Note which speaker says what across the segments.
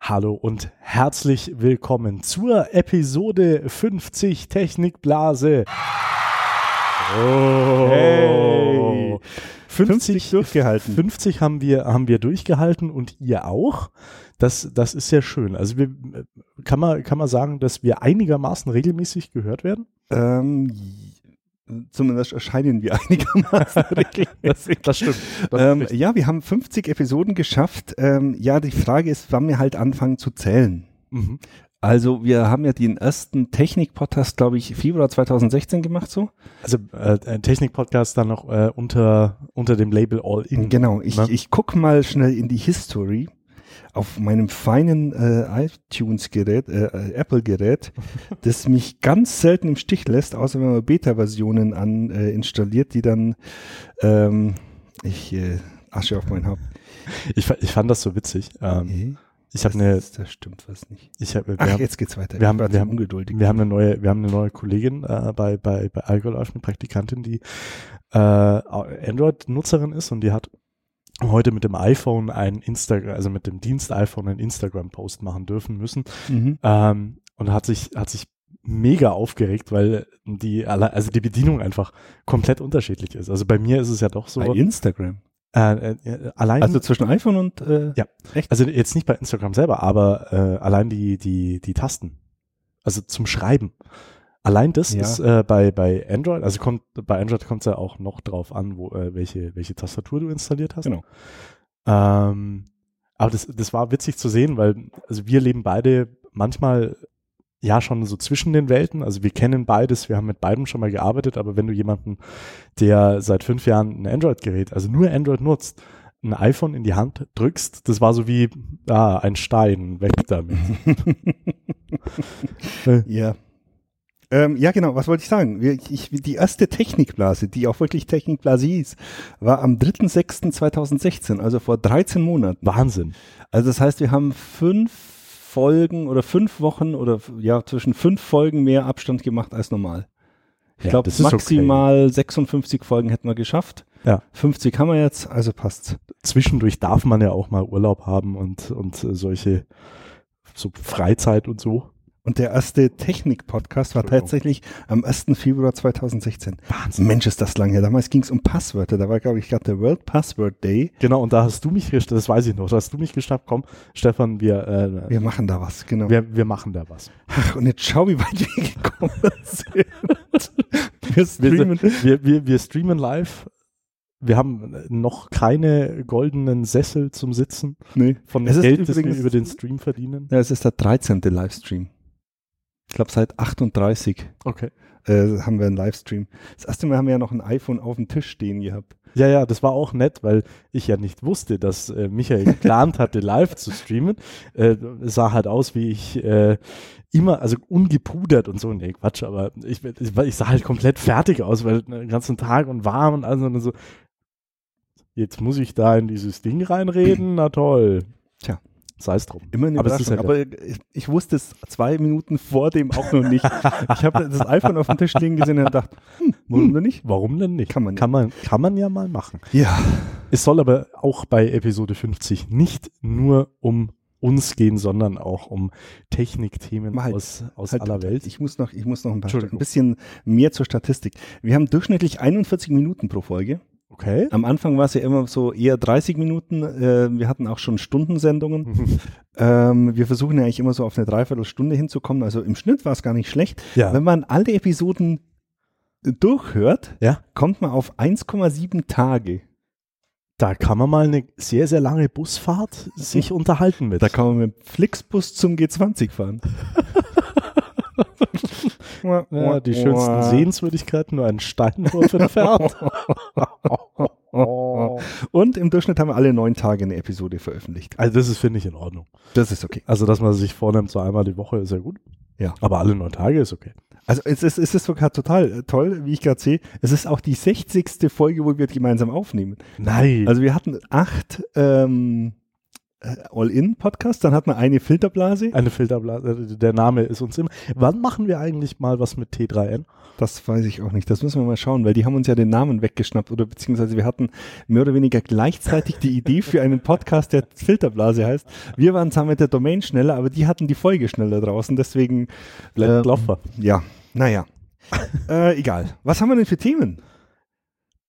Speaker 1: Hallo und herzlich willkommen zur Episode 50 Technikblase.
Speaker 2: Oh.
Speaker 1: Hey.
Speaker 2: 50 durchgehalten.
Speaker 1: 50 haben wir, haben wir durchgehalten und ihr auch. Das, das ist sehr schön. Also wir, kann, man, kann man sagen, dass wir einigermaßen regelmäßig gehört werden?
Speaker 2: Ähm, j- zumindest erscheinen wir einigermaßen regelmäßig.
Speaker 1: stimmt.
Speaker 2: ähm, ja, wir haben 50 Episoden geschafft. Ähm, ja, die Frage ist, wann wir halt anfangen zu zählen.
Speaker 1: mhm.
Speaker 2: Also wir haben ja den ersten Technik-Podcast, glaube ich, Februar 2016 gemacht so.
Speaker 1: Also äh, ein Technik-Podcast dann noch äh, unter, unter dem Label All In.
Speaker 2: Genau, ich,
Speaker 1: Ne?
Speaker 2: ich gucke mal schnell in die History. Auf meinem feinen äh, iTunes-Gerät, äh, Apple-Gerät, das mich ganz selten im Stich lässt, außer wenn man Beta-Versionen an, äh, installiert, die dann ähm, ich äh, Asche auf mein Haupt.
Speaker 1: Ich, fa- ich fand das so witzig. Ähm,
Speaker 2: Nee,
Speaker 1: ich habe eine,
Speaker 2: das, das stimmt was nicht.
Speaker 1: ich hab, wir,
Speaker 2: Ach,
Speaker 1: haben,
Speaker 2: jetzt geht's weiter.
Speaker 1: wir haben-
Speaker 2: Ich war
Speaker 1: wir
Speaker 2: zu
Speaker 1: haben-
Speaker 2: ungeduldig.
Speaker 1: wir haben eine neue, wir haben eine neue Kollegin äh, bei bei bei Algolaf, eine Praktikantin, die äh, Android-Nutzerin ist und die hat heute mit dem iPhone ein Instagram, also mit dem Dienst iPhone einen Instagram-Post machen dürfen müssen
Speaker 2: Mhm.
Speaker 1: ähm, und hat sich hat sich mega aufgeregt, weil die alle, also die Bedienung einfach komplett unterschiedlich ist. Also bei mir ist es ja doch so
Speaker 2: Bei Instagram.
Speaker 1: äh, äh, allein
Speaker 2: Also zwischen iPhone und äh,
Speaker 1: Ja. also jetzt nicht bei Instagram selber, aber äh, allein die, die, die Tasten. Also zum Schreiben. Allein das
Speaker 2: Ja.
Speaker 1: ist äh, bei, bei Android, also kommt, bei Android kommt es ja auch noch drauf an, wo, äh, welche, welche Tastatur du installiert hast.
Speaker 2: Genau.
Speaker 1: Ähm, aber das, das war witzig zu sehen, weil also wir leben beide manchmal ja schon so zwischen den Welten. Also wir kennen beides, wir haben mit beidem schon mal gearbeitet, aber wenn du jemanden, der seit fünf Jahren ein Android-Gerät, also nur Android nutzt, ein iPhone in die Hand drückst, das war so wie, ah, ein Stein, weg damit.
Speaker 2: Ja. Ähm, ja, genau, was wollte ich sagen? Wir, ich, die erste Technikblase, die auch wirklich Technikblase hieß, war am 3.6.2016, also vor 13 Monaten.
Speaker 1: Wahnsinn.
Speaker 2: Also das heißt, wir haben fünf Folgen oder fünf Wochen oder ja, zwischen fünf Folgen mehr Abstand gemacht als normal. Ich
Speaker 1: Ja,
Speaker 2: glaube,
Speaker 1: das ist
Speaker 2: maximal 56 Folgen hätten wir geschafft.
Speaker 1: Ja.
Speaker 2: 50 haben wir jetzt, also passt's.
Speaker 1: Zwischendurch darf man ja auch mal Urlaub haben und, und äh, solche, so Freizeit und so.
Speaker 2: Und der erste Technik-Podcast war
Speaker 1: Entschuldigung.
Speaker 2: tatsächlich am 1. Februar 2016.
Speaker 1: Wahnsinn.
Speaker 2: Mensch, ist das lange her. Damals ging es um Passwörter. Da war, glaube ich, gerade der World Password Day.
Speaker 1: Genau, und da hast du mich, gest- das weiß ich noch, da hast du mich geschnappt, komm, Stefan, wir, äh,
Speaker 2: Wir machen da was, genau.
Speaker 1: wir, wir machen da was.
Speaker 2: Ach, und jetzt schau, wie weit wir gekommen sind. Wir
Speaker 1: Wir,
Speaker 2: streamen.
Speaker 1: sind- wir, wir, wir streamen live. Wir haben noch keine goldenen Sessel zum Sitzen
Speaker 2: Nee.
Speaker 1: von
Speaker 2: Es
Speaker 1: dem
Speaker 2: ist
Speaker 1: Geld, das wir
Speaker 2: übrigens-
Speaker 1: über den Stream verdienen.
Speaker 2: Ja, es ist der 13. Livestream. Ich glaube, seit 38
Speaker 1: Okay.
Speaker 2: äh, haben wir einen Livestream. Das erste Mal haben wir ja noch ein iPhone auf dem Tisch stehen gehabt.
Speaker 1: Ja, ja, das war auch nett, weil ich ja nicht wusste, dass äh, Michael geplant hatte, live zu streamen. Äh, es sah halt aus, wie ich äh, immer, also ungepudert und so, nee, Quatsch, aber ich, ich, ich sah halt komplett fertig aus, weil äh, den ganzen Tag und warm und alles und so. Jetzt muss ich da in dieses Ding reinreden, na toll.
Speaker 2: Tja.
Speaker 1: Sei es drum.
Speaker 2: Immer eine
Speaker 1: Aber es ist halt
Speaker 2: Überraschung. Aber ich, ich wusste es zwei Minuten vor dem auch noch nicht. ich habe das iPhone auf dem Tisch stehen gesehen und gedacht, hm, warum denn nicht?
Speaker 1: Warum denn nicht?
Speaker 2: Kann man nicht.
Speaker 1: kann man, kann man ja mal machen.
Speaker 2: Ja.
Speaker 1: Es soll aber auch bei Episode 50 nicht nur um uns gehen, sondern auch um Technikthemen
Speaker 2: Mal halt-
Speaker 1: aus, aus
Speaker 2: Halt,
Speaker 1: aller Welt.
Speaker 2: Ich muss noch, ich muss noch ein, paar,
Speaker 1: Entschuldigung.
Speaker 2: ein bisschen mehr zur Statistik. Wir haben durchschnittlich 41 Minuten pro Folge.
Speaker 1: Okay.
Speaker 2: Am Anfang war es ja immer so eher 30 Minuten. Äh, wir hatten auch schon Stundensendungen. Ähm, wir versuchen ja eigentlich immer so auf eine Dreiviertelstunde hinzukommen. Also im Schnitt war es gar nicht schlecht.
Speaker 1: Ja.
Speaker 2: Wenn man alle Episoden durchhört,
Speaker 1: ja,
Speaker 2: kommt man auf 1,7 Tage.
Speaker 1: da kann man mal eine sehr, sehr lange Busfahrt sich unterhalten mit.
Speaker 2: Mhm. Da kann man mit dem Flixbus zum G20 fahren.
Speaker 1: ja, die schönsten Sehenswürdigkeiten nur einen Steinwurf entfernt.
Speaker 2: Und im Durchschnitt haben wir alle neun Tage eine Episode veröffentlicht.
Speaker 1: Also das ist, finde ich, in Ordnung.
Speaker 2: Das ist okay.
Speaker 1: Also, dass man sich vornimmt, so einmal die Woche ist ja gut.
Speaker 2: Ja.
Speaker 1: Aber alle neun Tage ist okay.
Speaker 2: Also es ist, es ist sogar total äh, toll, wie ich gerade sehe. Es ist auch die 60. Folge, wo wir gemeinsam aufnehmen.
Speaker 1: Nein.
Speaker 2: Also wir hatten acht ähm, All-In-Podcast, dann hat man eine Filterblase.
Speaker 1: Eine Filterblase, äh, der Name ist uns immer. Wann machen wir eigentlich mal was mit T3N?
Speaker 2: Das weiß ich auch nicht. Das müssen wir mal schauen, weil die haben uns ja den Namen weggeschnappt oder beziehungsweise wir hatten mehr oder weniger gleichzeitig die Idee für einen Podcast, der Filterblase heißt. Wir waren zwar mit der Domain schneller, aber die hatten die Folge schneller draußen, deswegen.
Speaker 1: Bleibt
Speaker 2: Ähm.
Speaker 1: laufbar.
Speaker 2: Ja, naja. äh, egal. Was haben wir denn für Themen?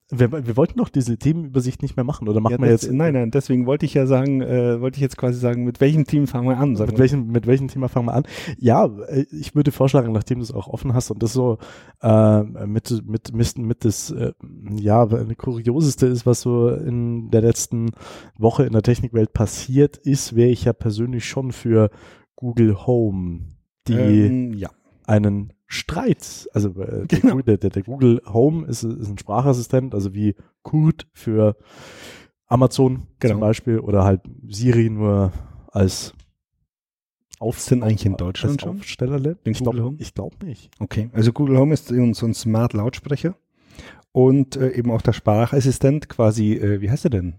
Speaker 1: Wir, wir wollten doch diese Themenübersicht nicht mehr machen, oder machen
Speaker 2: Ja,
Speaker 1: wir
Speaker 2: das,
Speaker 1: jetzt? äh,
Speaker 2: nein, nein, deswegen wollte ich ja sagen, äh, wollte ich jetzt quasi sagen, mit welchem Team fangen wir an? Sagen
Speaker 1: mit
Speaker 2: wir.
Speaker 1: welchem, mit welchem Thema fangen wir an? Ja, äh, ich würde vorschlagen, nachdem du es auch offen hast und das so äh, mit, mit, mit, mit das, äh, ja, eine kurioseste ist, was so in der letzten Woche in der Technikwelt passiert ist, wäre ich ja persönlich schon für Google Home, die
Speaker 2: ähm, ja.
Speaker 1: einen Streit, also äh, der,
Speaker 2: Genau.
Speaker 1: Gu- der, der, der Google Home ist, ist ein Sprachassistent, also wie Kurt für Amazon
Speaker 2: Genau.
Speaker 1: zum Beispiel oder halt Siri nur als auf,
Speaker 2: Sind eigentlich in Deutschland
Speaker 1: als
Speaker 2: schon?
Speaker 1: Aufstellerle?
Speaker 2: Den
Speaker 1: Ich
Speaker 2: Google Home?
Speaker 1: glaube glaub nicht.
Speaker 2: Okay, also Google Home ist so ein Smart Lautsprecher und äh, eben auch der Sprachassistent quasi, äh, wie heißt er denn?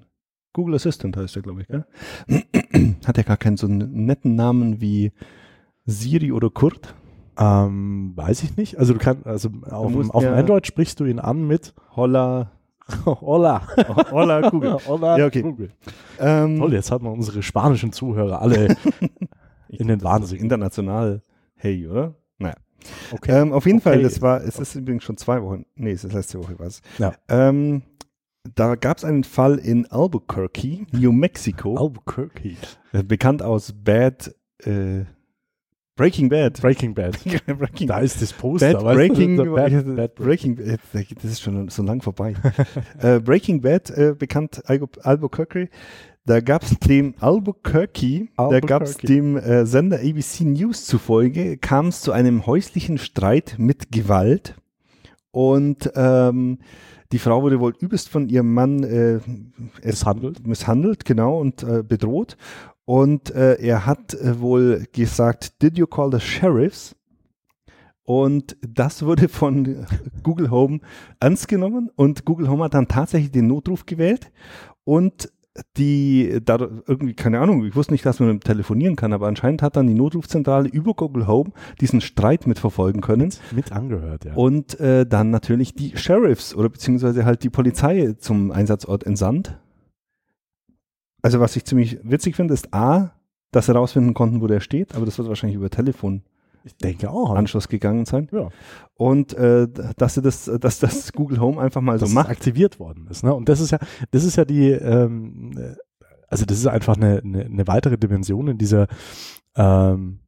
Speaker 2: Google Assistant heißt er, glaube ich, gell? Hat ja gar keinen so einen netten Namen wie Siri oder Kurt.
Speaker 1: Ähm, weiß ich nicht. Also du kannst, also auf, dem-
Speaker 2: musst
Speaker 1: auf dem
Speaker 2: ja-
Speaker 1: Android sprichst du ihn an mit
Speaker 2: Holla,
Speaker 1: Hola.
Speaker 2: holla Google.
Speaker 1: Hola
Speaker 2: Ja, okay.
Speaker 1: Google. Toll,
Speaker 2: ähm,
Speaker 1: jetzt hat man unsere spanischen Zuhörer alle in den Wahnsinn.
Speaker 2: international, hey, oder? Naja.
Speaker 1: Okay.
Speaker 2: Ähm, auf jeden
Speaker 1: Okay.
Speaker 2: Fall, das war, es ist übrigens schon zwei Wochen, nee, es ist letzte Woche war es.
Speaker 1: Ja.
Speaker 2: Ähm, da gab es einen Fall in Albuquerque, New Mexico.
Speaker 1: Albuquerque.
Speaker 2: Bekannt aus Bad, äh, Breaking Bad.
Speaker 1: Breaking Bad.
Speaker 2: Breaking
Speaker 1: Da ist das Poster.
Speaker 2: Bad
Speaker 1: weißt du,
Speaker 2: Breaking,
Speaker 1: the Bad, Bad
Speaker 2: Breaking Bad, das ist schon so lang vorbei. äh, Breaking Bad, äh, bekannt Albu Albuquerque, da gab es dem Albuquerque, da
Speaker 1: Albuquerque.
Speaker 2: gab es dem äh, Sender ABC News zufolge, kam es zu einem häuslichen Streit mit Gewalt und ähm, die Frau wurde wohl übelst von ihrem Mann äh, es-
Speaker 1: Misshandelt.
Speaker 2: misshandelt, genau, und äh, bedroht. Und äh, er hat äh, wohl gesagt, did you call the sheriffs? Und das wurde von Google Home ernst genommen und Google Home hat dann tatsächlich den Notruf gewählt und die, da irgendwie, keine Ahnung, ich wusste nicht, dass man mit dem telefonieren kann, aber anscheinend hat dann die Notrufzentrale über Google Home diesen Streit mitverfolgen können
Speaker 1: Mit angehört, ja.
Speaker 2: und äh, dann natürlich die Sheriffs oder beziehungsweise halt die Polizei zum Einsatzort entsandt. Also was ich ziemlich witzig finde, ist A, dass sie herausfinden konnten, wo der steht, aber das wird wahrscheinlich über Telefonanschluss
Speaker 1: ich denke auch.
Speaker 2: gegangen sein.
Speaker 1: Ja.
Speaker 2: Und äh, dass sie das, dass das Google Home einfach mal
Speaker 1: dass
Speaker 2: so
Speaker 1: Also es
Speaker 2: macht.
Speaker 1: aktiviert worden ist. Ne? Und das ist ja, das ist ja die, ähm, äh, also das ist einfach eine, eine, eine weitere Dimension in dieser, ähm,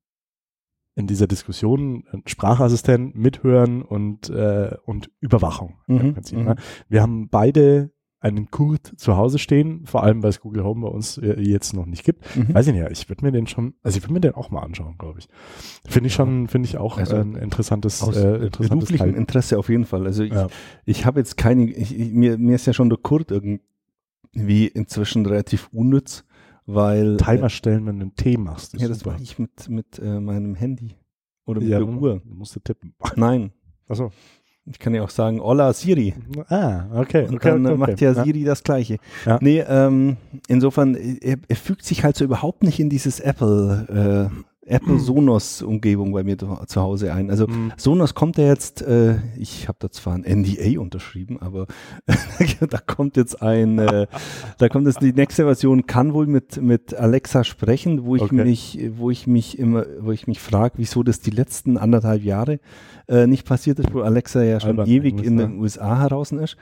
Speaker 1: in dieser Diskussion äh, Sprachassistent, Mithören und, äh, und Überwachung
Speaker 2: Mhm,
Speaker 1: im Prinzip.
Speaker 2: mhm.
Speaker 1: Ne? Wir haben beide einen Kurt zu Hause stehen, vor allem weil es Google Home bei uns äh, jetzt noch nicht gibt.
Speaker 2: Mhm.
Speaker 1: Weiß ich nicht, ich würde mir den schon, also ich würde mir den auch mal anschauen, glaube ich. Finde ich schon, finde ich auch
Speaker 2: Also
Speaker 1: äh, ein interessantes,
Speaker 2: Aus
Speaker 1: äh, interessantes
Speaker 2: beruflichem
Speaker 1: Teil.
Speaker 2: Interesse auf jeden Fall. Also ich,
Speaker 1: Ja.
Speaker 2: ich habe jetzt keine, ich, ich, mir, mir ist ja schon der Kurt irgendwie inzwischen relativ unnütz, weil
Speaker 1: Timer stellen, wenn du einen Tee machst. ist
Speaker 2: Ja, das
Speaker 1: super.
Speaker 2: mache ich mit, mit äh, meinem Handy. Oder mit
Speaker 1: ja, genau.
Speaker 2: der Uhr.
Speaker 1: Du musst tippen.
Speaker 2: Nein.
Speaker 1: Achso.
Speaker 2: Ich kann ja auch sagen, Hola Siri.
Speaker 1: Ah, okay.
Speaker 2: Und
Speaker 1: okay,
Speaker 2: dann
Speaker 1: okay,
Speaker 2: äh, macht
Speaker 1: okay.
Speaker 2: ja Siri das Gleiche.
Speaker 1: Ja.
Speaker 2: Nee, ähm, insofern, er, er fügt sich halt so überhaupt nicht in dieses Apple, äh, Apple Sonos Umgebung bei mir zu zu Hause ein. Also
Speaker 1: Mhm.
Speaker 2: Sonos kommt ja jetzt, äh, ich habe da zwar ein NDA unterschrieben, aber da kommt jetzt ein, äh, da kommt jetzt die nächste Version, kann wohl mit, mit Alexa sprechen, wo ich
Speaker 1: Okay.
Speaker 2: mich, wo ich mich immer, wo ich mich frage, wieso das die letzten anderthalb Jahre äh, nicht passiert ist, wo Alexa ja schon
Speaker 1: Albern
Speaker 2: ewig
Speaker 1: eigentlich,
Speaker 2: in
Speaker 1: ne?
Speaker 2: den USA heraus ist.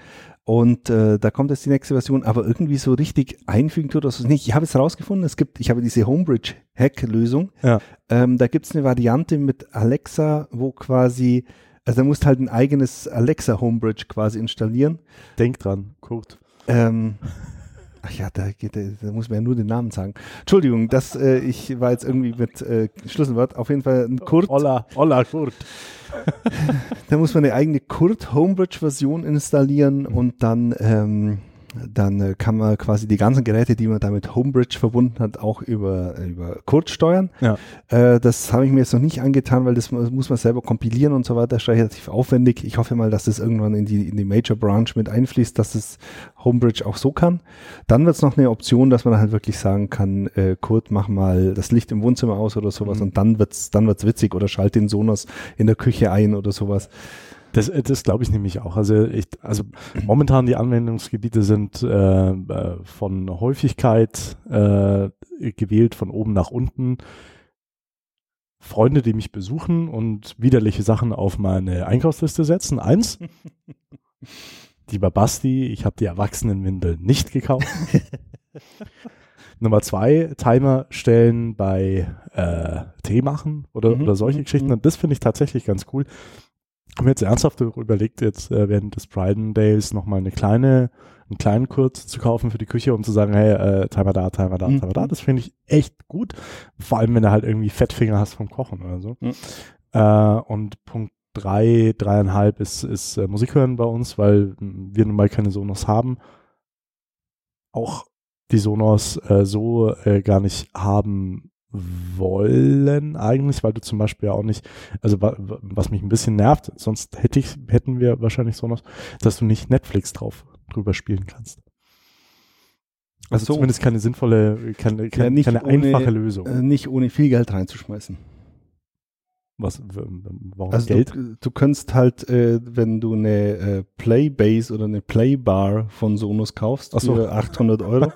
Speaker 2: Und äh, da kommt jetzt die nächste Version, aber irgendwie so richtig einfügen tut das nicht. Ich habe es rausgefunden, es gibt, ich habe diese Homebridge-Hack-Lösung.
Speaker 1: Ja.
Speaker 2: Ähm, da gibt es eine Variante mit Alexa, wo quasi, also da musst halt ein eigenes Alexa Homebridge quasi installieren.
Speaker 1: Denk dran, Kurt.
Speaker 2: Ähm, ach ja, da, geht, der- da muss man ja nur den Namen sagen. Entschuldigung, das, äh, ich war jetzt irgendwie mit äh, Schlüsselwort. Auf jeden Fall ein Kurt.
Speaker 1: Hola, hola, Kurt.
Speaker 2: Da muss man eine eigene Kurt Homebridge Version installieren und dann ähm, Dann äh, kann man quasi die ganzen Geräte, die man da mit Homebridge verbunden hat, auch über, über Code steuern.
Speaker 1: Ja.
Speaker 2: Äh, das habe ich mir jetzt noch nicht angetan, weil das mu- muss man selber kompilieren und so weiter. Das ist relativ aufwendig. Ich hoffe mal, dass das irgendwann in die, in die Major Branch mit einfließt, dass es Homebridge auch so kann. Dann wird es noch eine Option, dass man halt wirklich sagen kann, äh, Kurt, mach mal das Licht im Wohnzimmer aus oder sowas
Speaker 1: Mhm.
Speaker 2: und dann wird's, dann wird's witzig oder schalt den Sonos in der Küche ein oder sowas.
Speaker 1: Das, äh, das glaube ich nämlich auch. Also, ich, also momentan die Anwendungsgebiete sind äh, äh, von Häufigkeit äh, gewählt, von oben nach unten. Freunde, die mich besuchen und widerliche Sachen auf meine Einkaufsliste setzen. Eins. Lieber Basti, ich habe die Erwachsenenwindeln nicht gekauft. Nummer zwei, Timer stellen bei äh, Tee machen oder,
Speaker 2: Mhm,
Speaker 1: oder solche
Speaker 2: mhm,
Speaker 1: Geschichten.
Speaker 2: mhm.
Speaker 1: Und das finde ich tatsächlich ganz cool. Ich habe jetzt ernsthaft überlegt, jetzt äh, während des Pride Days nochmal eine kleine, einen kleinen Kurz zu kaufen für die Küche, um zu sagen, hey, äh, Timer da, Timer da,
Speaker 2: Mhm.
Speaker 1: Timer da. Das finde ich echt gut. Vor allem, wenn du halt irgendwie Fettfinger hast vom Kochen oder so.
Speaker 2: Mhm.
Speaker 1: Äh, und Punkt drei, dreieinhalb ist, ist äh, Musik hören bei uns, weil mh, wir nun mal keine Sonos haben. Auch die Sonos äh, so äh, gar nicht haben wollen eigentlich, weil du zum Beispiel ja auch nicht, also wa wa- was mich ein bisschen nervt, sonst hätte ich, hätten wir wahrscheinlich Sonos, dass du nicht Netflix drauf drüber spielen kannst. Also
Speaker 2: so.
Speaker 1: zumindest keine sinnvolle, keine, keine,
Speaker 2: nicht
Speaker 1: keine
Speaker 2: ohne,
Speaker 1: einfache Lösung.
Speaker 2: Äh, nicht ohne viel Geld reinzuschmeißen.
Speaker 1: was, w- w- warum
Speaker 2: Also
Speaker 1: Geld?
Speaker 2: Du, du kannst halt, äh, wenn du eine äh, Playbase oder eine Playbar von Sonos kaufst
Speaker 1: Ach so.
Speaker 2: für 800 Euro,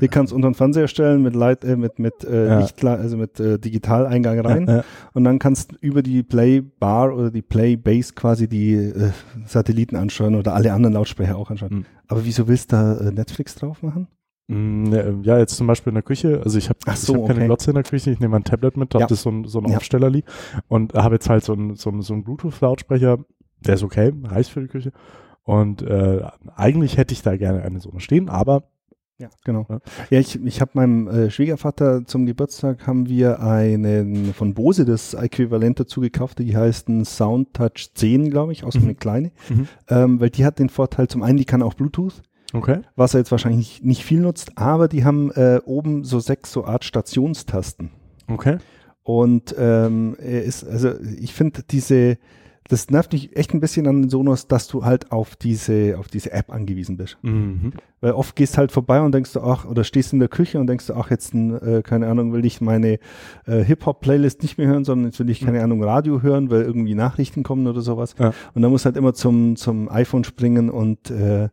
Speaker 2: die kannst du unter den Fernseher stellen mit Light, äh, mit mit äh,
Speaker 1: Ja.
Speaker 2: Lichtle- also mit äh, Digitaleingang rein
Speaker 1: Ja, ja.
Speaker 2: und dann kannst du über die Playbar oder die Playbase quasi die äh, Satelliten anschauen oder alle anderen Lautsprecher auch anschauen.
Speaker 1: Mhm.
Speaker 2: Aber wieso willst du da äh, Netflix drauf machen?
Speaker 1: Mm, äh, Ja, jetzt zum Beispiel in der Küche. Also ich habe
Speaker 2: Ach
Speaker 1: ich
Speaker 2: so,
Speaker 1: hab keine
Speaker 2: okay.
Speaker 1: Glotze in der Küche. Ich nehme mein Tablet mit, habe
Speaker 2: Ja.
Speaker 1: das so ein, so ein
Speaker 2: Ja.
Speaker 1: Aufsteller liegt und habe jetzt halt so einen so ein, so ein Bluetooth-Lautsprecher. Der ist okay, reicht für die Küche. Und äh, eigentlich hätte ich da gerne eine so stehen, aber
Speaker 2: Ja, genau.
Speaker 1: Ja.
Speaker 2: Ja, ich, ich habe meinem äh, Schwiegervater zum Geburtstag haben wir einen von Bose das Äquivalent dazu gekauft, die heißt ein Soundtouch 10, glaube ich, aus
Speaker 1: Mhm.
Speaker 2: so eine kleine,
Speaker 1: Mhm.
Speaker 2: ähm, weil die hat den Vorteil, zum einen, die kann auch Bluetooth,
Speaker 1: okay.
Speaker 2: was er jetzt wahrscheinlich nicht, nicht viel nutzt, aber die haben äh, oben so sechs so Art Stationstasten.
Speaker 1: Okay.
Speaker 2: Und ähm, er ist, also ich finde diese, das nervt mich echt ein bisschen an Sonos, dass du halt auf diese, auf diese App angewiesen bist.
Speaker 1: Mhm.
Speaker 2: Weil oft gehst halt vorbei und denkst du, ach, oder stehst in der Küche und denkst du, ach, jetzt, äh, keine Ahnung, will ich meine äh, Hip-Hop-Playlist nicht mehr hören, sondern jetzt will ich, keine Ahnung, Radio hören, weil irgendwie Nachrichten kommen oder sowas.
Speaker 1: Ja.
Speaker 2: Und dann musst du halt immer zum, zum iPhone springen und äh,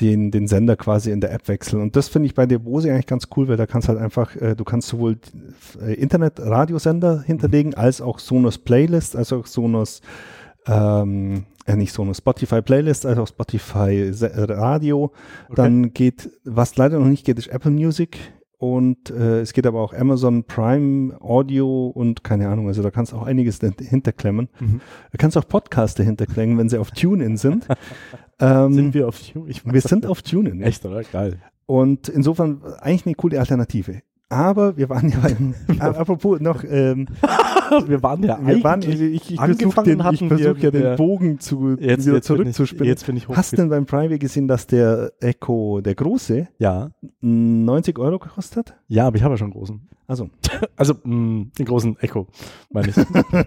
Speaker 2: den, den Sender quasi in der App wechseln. Und das finde ich bei der Bose eigentlich ganz cool, weil da kannst halt einfach, äh, du kannst sowohl äh, Internet-Radiosender hinterlegen, als auch Sonos Playlist, als auch Sonos ähm, äh, nicht so eine Spotify Playlist, also auch Spotify Se- äh, Radio.
Speaker 1: Okay.
Speaker 2: Dann geht, was leider noch nicht geht, ist Apple Music und äh, es geht aber auch Amazon Prime Audio und keine Ahnung, also da kannst du auch einiges dahint- hinterklemmen.
Speaker 1: Mhm.
Speaker 2: Du kannst auch Podcasts hinterklemmen, wenn sie auf TuneIn sind. ähm,
Speaker 1: Sind wir auf Tune? Ich weiß
Speaker 2: wir
Speaker 1: das
Speaker 2: sind
Speaker 1: nicht.
Speaker 2: auf TuneIn. ja.
Speaker 1: Echt, oder? Geil.
Speaker 2: Und insofern eigentlich eine coole Alternative. Aber wir waren ja beim, apropos noch, ähm,
Speaker 1: Wir waren ja
Speaker 2: wir waren,
Speaker 1: eigentlich-
Speaker 2: ich, ich, ich versuche
Speaker 1: angefangen
Speaker 2: den, ich
Speaker 1: hatten wir
Speaker 2: versuch ja
Speaker 1: mit der-
Speaker 2: den Bogen zu,
Speaker 1: jetzt,
Speaker 2: wieder
Speaker 1: jetzt
Speaker 2: zurückzuspinnen.
Speaker 1: Bin ich, jetzt bin ich
Speaker 2: Hast du
Speaker 1: hochge-
Speaker 2: denn beim Private gesehen, dass der Echo, der große,
Speaker 1: Ja.
Speaker 2: 90 Euro gekostet hat?
Speaker 1: Ja, aber ich habe ja schon einen großen.
Speaker 2: Also,
Speaker 1: Also mh, den großen Echo, meine ich.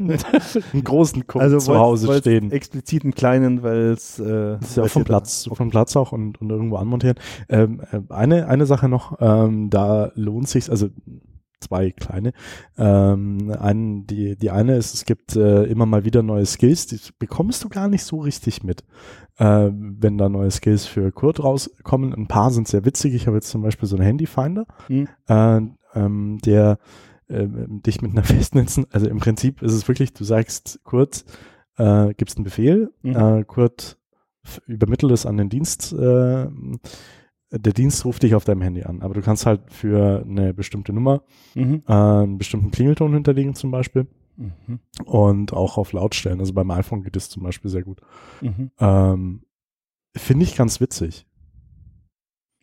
Speaker 1: einen großen Kumpel
Speaker 2: also
Speaker 1: zu
Speaker 2: wollt's-
Speaker 1: Hause
Speaker 2: wollt's
Speaker 1: stehen.
Speaker 2: Explizit einen kleinen, weil es. Äh,
Speaker 1: Das ist ja auch
Speaker 2: weil's
Speaker 1: vom
Speaker 2: da-
Speaker 1: Platz, vom Platz auch und, und irgendwo anmontieren. Ähm, äh, eine, eine Sache noch, ähm, da lohnt sich, also zwei kleine. Ähm, einen, die, die eine ist, es gibt äh, immer mal wieder neue Skills, die bekommst du gar nicht so richtig mit, äh, wenn da neue Skills für Kurt rauskommen. Ein paar sind sehr witzig. Ich habe jetzt zum Beispiel so einen Handyfinder,
Speaker 2: Hm.
Speaker 1: äh, ähm, der ähm, dich mit einer Festnetz, also im Prinzip ist es wirklich, du sagst Kurt, äh, gibst einen Befehl,
Speaker 2: Mhm.
Speaker 1: äh, Kurt f- übermittelt es an den Dienst, äh, der Dienst ruft dich auf deinem Handy an, aber du kannst halt für eine bestimmte Nummer
Speaker 2: Mhm.
Speaker 1: äh, einen bestimmten Klingelton hinterlegen zum Beispiel
Speaker 2: Mhm.
Speaker 1: und auch auf laut stellen. Also beim iPhone geht das zum Beispiel sehr gut.
Speaker 2: Mhm.
Speaker 1: Ähm, Finde ich ganz witzig.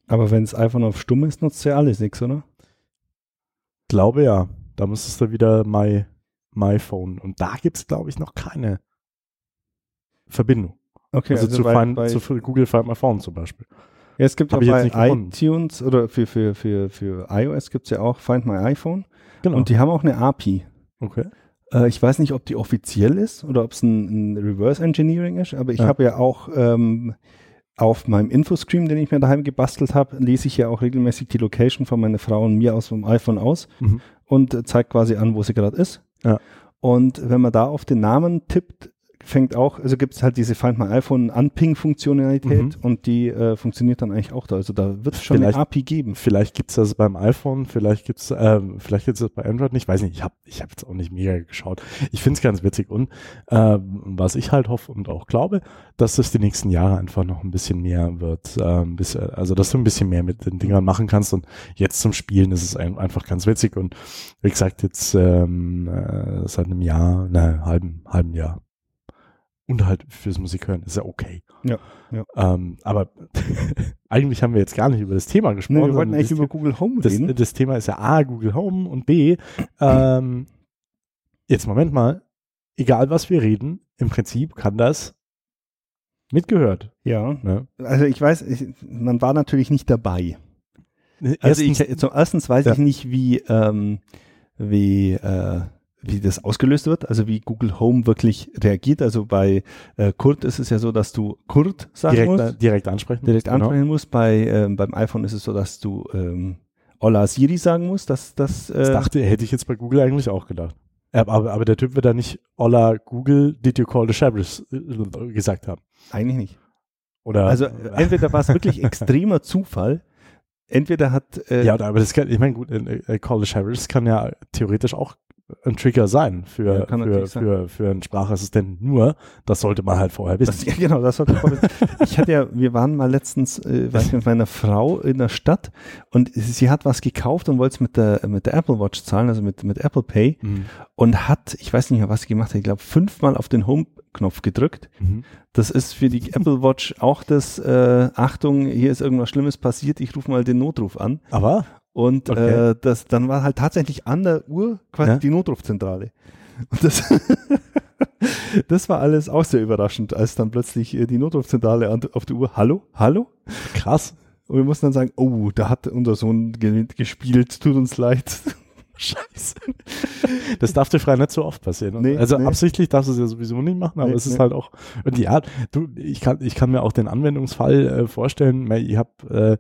Speaker 2: Aber wenn das iPhone auf stumm ist, nutzt ja alles nichts, oder?
Speaker 1: Glaube ja. Da müsstest du wieder My, MyPhone. Und da gibt es, glaube ich, noch keine Verbindung.
Speaker 2: Okay,
Speaker 1: also zu,
Speaker 2: bei-
Speaker 1: Find,
Speaker 2: bei-
Speaker 1: zu Google Find My Phone zum Beispiel.
Speaker 2: Ja, es gibt
Speaker 1: Hab
Speaker 2: auch
Speaker 1: ich jetzt
Speaker 2: bei
Speaker 1: nicht gefunden.
Speaker 2: iTunes oder für, für, für, für iOS gibt es ja auch Find My iPhone.
Speaker 1: Genau.
Speaker 2: Und die haben auch eine API.
Speaker 1: okay.
Speaker 2: Äh, ich weiß nicht, ob die offiziell ist oder ob es ein, ein Reverse Engineering ist, aber ich
Speaker 1: Ja.
Speaker 2: habe ja auch ähm, auf meinem Infoscreen, den ich mir daheim gebastelt habe, lese ich ja auch regelmäßig die Location von meiner Frau und mir aus dem iPhone aus
Speaker 1: Mhm.
Speaker 2: und äh, zeigt quasi an, wo sie gerade ist.
Speaker 1: Ja.
Speaker 2: Und wenn man da auf den Namen tippt, fängt auch, also gibt es halt diese Find My iPhone Unping-Funktionalität und die äh, funktioniert dann eigentlich auch da. Also da wird es schon
Speaker 1: Mhm. Vielleicht-
Speaker 2: eine API geben.
Speaker 1: Vielleicht gibt's das beim iPhone, vielleicht gibt's, ähm, vielleicht gibt's das bei Android nicht. Ich weiß nicht, ich habe ich hab jetzt auch nicht mega geschaut. Ich find's ganz witzig. Und ähm, was ich halt hoffe und auch glaube, dass das die nächsten Jahre einfach noch ein bisschen mehr wird. Ähm, bis, äh, also, dass du ein bisschen mehr mit den Dingern machen kannst. Und jetzt zum Spielen ist es ein, einfach ganz witzig. Und wie gesagt, jetzt ähm, äh, seit einem Jahr, ne, halben, halben Jahr. Und halt fürs Musik hören ist ja okay.
Speaker 2: Ja, ja.
Speaker 1: Ähm, aber eigentlich haben wir jetzt gar nicht über das Thema gesprochen.
Speaker 2: Ne, wir wollten
Speaker 1: sondern
Speaker 2: eigentlich
Speaker 1: das
Speaker 2: über Google Home
Speaker 1: das,
Speaker 2: reden.
Speaker 1: das Thema ist ja A, Google Home und B, ähm, jetzt Moment mal, egal was wir reden, im Prinzip kann das mitgehört.
Speaker 2: ja.
Speaker 1: Ne?
Speaker 2: Also ich weiß, ich, man war natürlich nicht dabei. Also
Speaker 1: Erstens,
Speaker 2: ich, zum erstens weiß
Speaker 1: Ja.
Speaker 2: ich nicht, wie, ähm, wie, äh, wie das ausgelöst wird, also wie Google Home wirklich reagiert. Also bei äh, Kurt ist es ja so, dass du Kurt sagen musst,
Speaker 1: direkt, direkt ansprechen.
Speaker 2: direkt
Speaker 1: Genau.
Speaker 2: ansprechen musst. Bei, ähm, beim iPhone ist es so, dass du ähm, Hola Siri sagen musst, dass das,
Speaker 1: Das
Speaker 2: äh,
Speaker 1: dachte, hätte ich jetzt bei Google eigentlich auch gedacht. Äh, Aber, aber der Typ wird da nicht, hola Google, did you call the sheriffs äh, gesagt haben.
Speaker 2: eigentlich nicht.
Speaker 1: Oder,
Speaker 2: Also äh, entweder war es wirklich extremer Zufall, entweder hat äh,
Speaker 1: ja, oder- aber das kann, ich meine, gut, äh, äh, call the sheriffs kann ja theoretisch auch ein Trigger sein für,
Speaker 2: Ja, kann
Speaker 1: für,
Speaker 2: natürlich sein.
Speaker 1: für, für einen Sprachassistenten. Nur, das sollte man halt vorher wissen.
Speaker 2: Das, ja, genau, das sollte ich vorhin- Ich hatte ja, wir waren mal letztens, äh, war ich mit meiner Frau in der Stadt und sie hat was gekauft und wollte es mit der, mit der Apple Watch zahlen, also mit, mit Apple Pay und hat, ich weiß nicht mehr, was sie gemacht hat, ich glaube fünfmal auf den Home-Knopf gedrückt.
Speaker 1: Mhm.
Speaker 2: Das ist für die Apple Watch auch das, äh, Achtung, hier ist irgendwas Schlimmes passiert, ich rufe mal den Notruf an.
Speaker 1: Aber
Speaker 2: Und
Speaker 1: Okay.
Speaker 2: äh, das, dann war halt tatsächlich an der Uhr quasi
Speaker 1: Ja.
Speaker 2: die Notrufzentrale. Und das, das war alles auch sehr überraschend, als dann plötzlich äh, die Notrufzentrale an, auf der Uhr, hallo, hallo?
Speaker 1: krass.
Speaker 2: Und wir mussten dann sagen, oh, da hat unser Sohn ge gespielt, tut uns leid.
Speaker 1: Scheiße. Das darf dir frei nicht so oft passieren. Und
Speaker 2: Nee,
Speaker 1: also
Speaker 2: nee.
Speaker 1: absichtlich darfst du es ja sowieso nicht machen, aber
Speaker 2: Nee,
Speaker 1: es ist
Speaker 2: nee.
Speaker 1: halt auch. Und ja, du, ich kann, ich kann mir auch den Anwendungsfall äh, vorstellen. Ich habe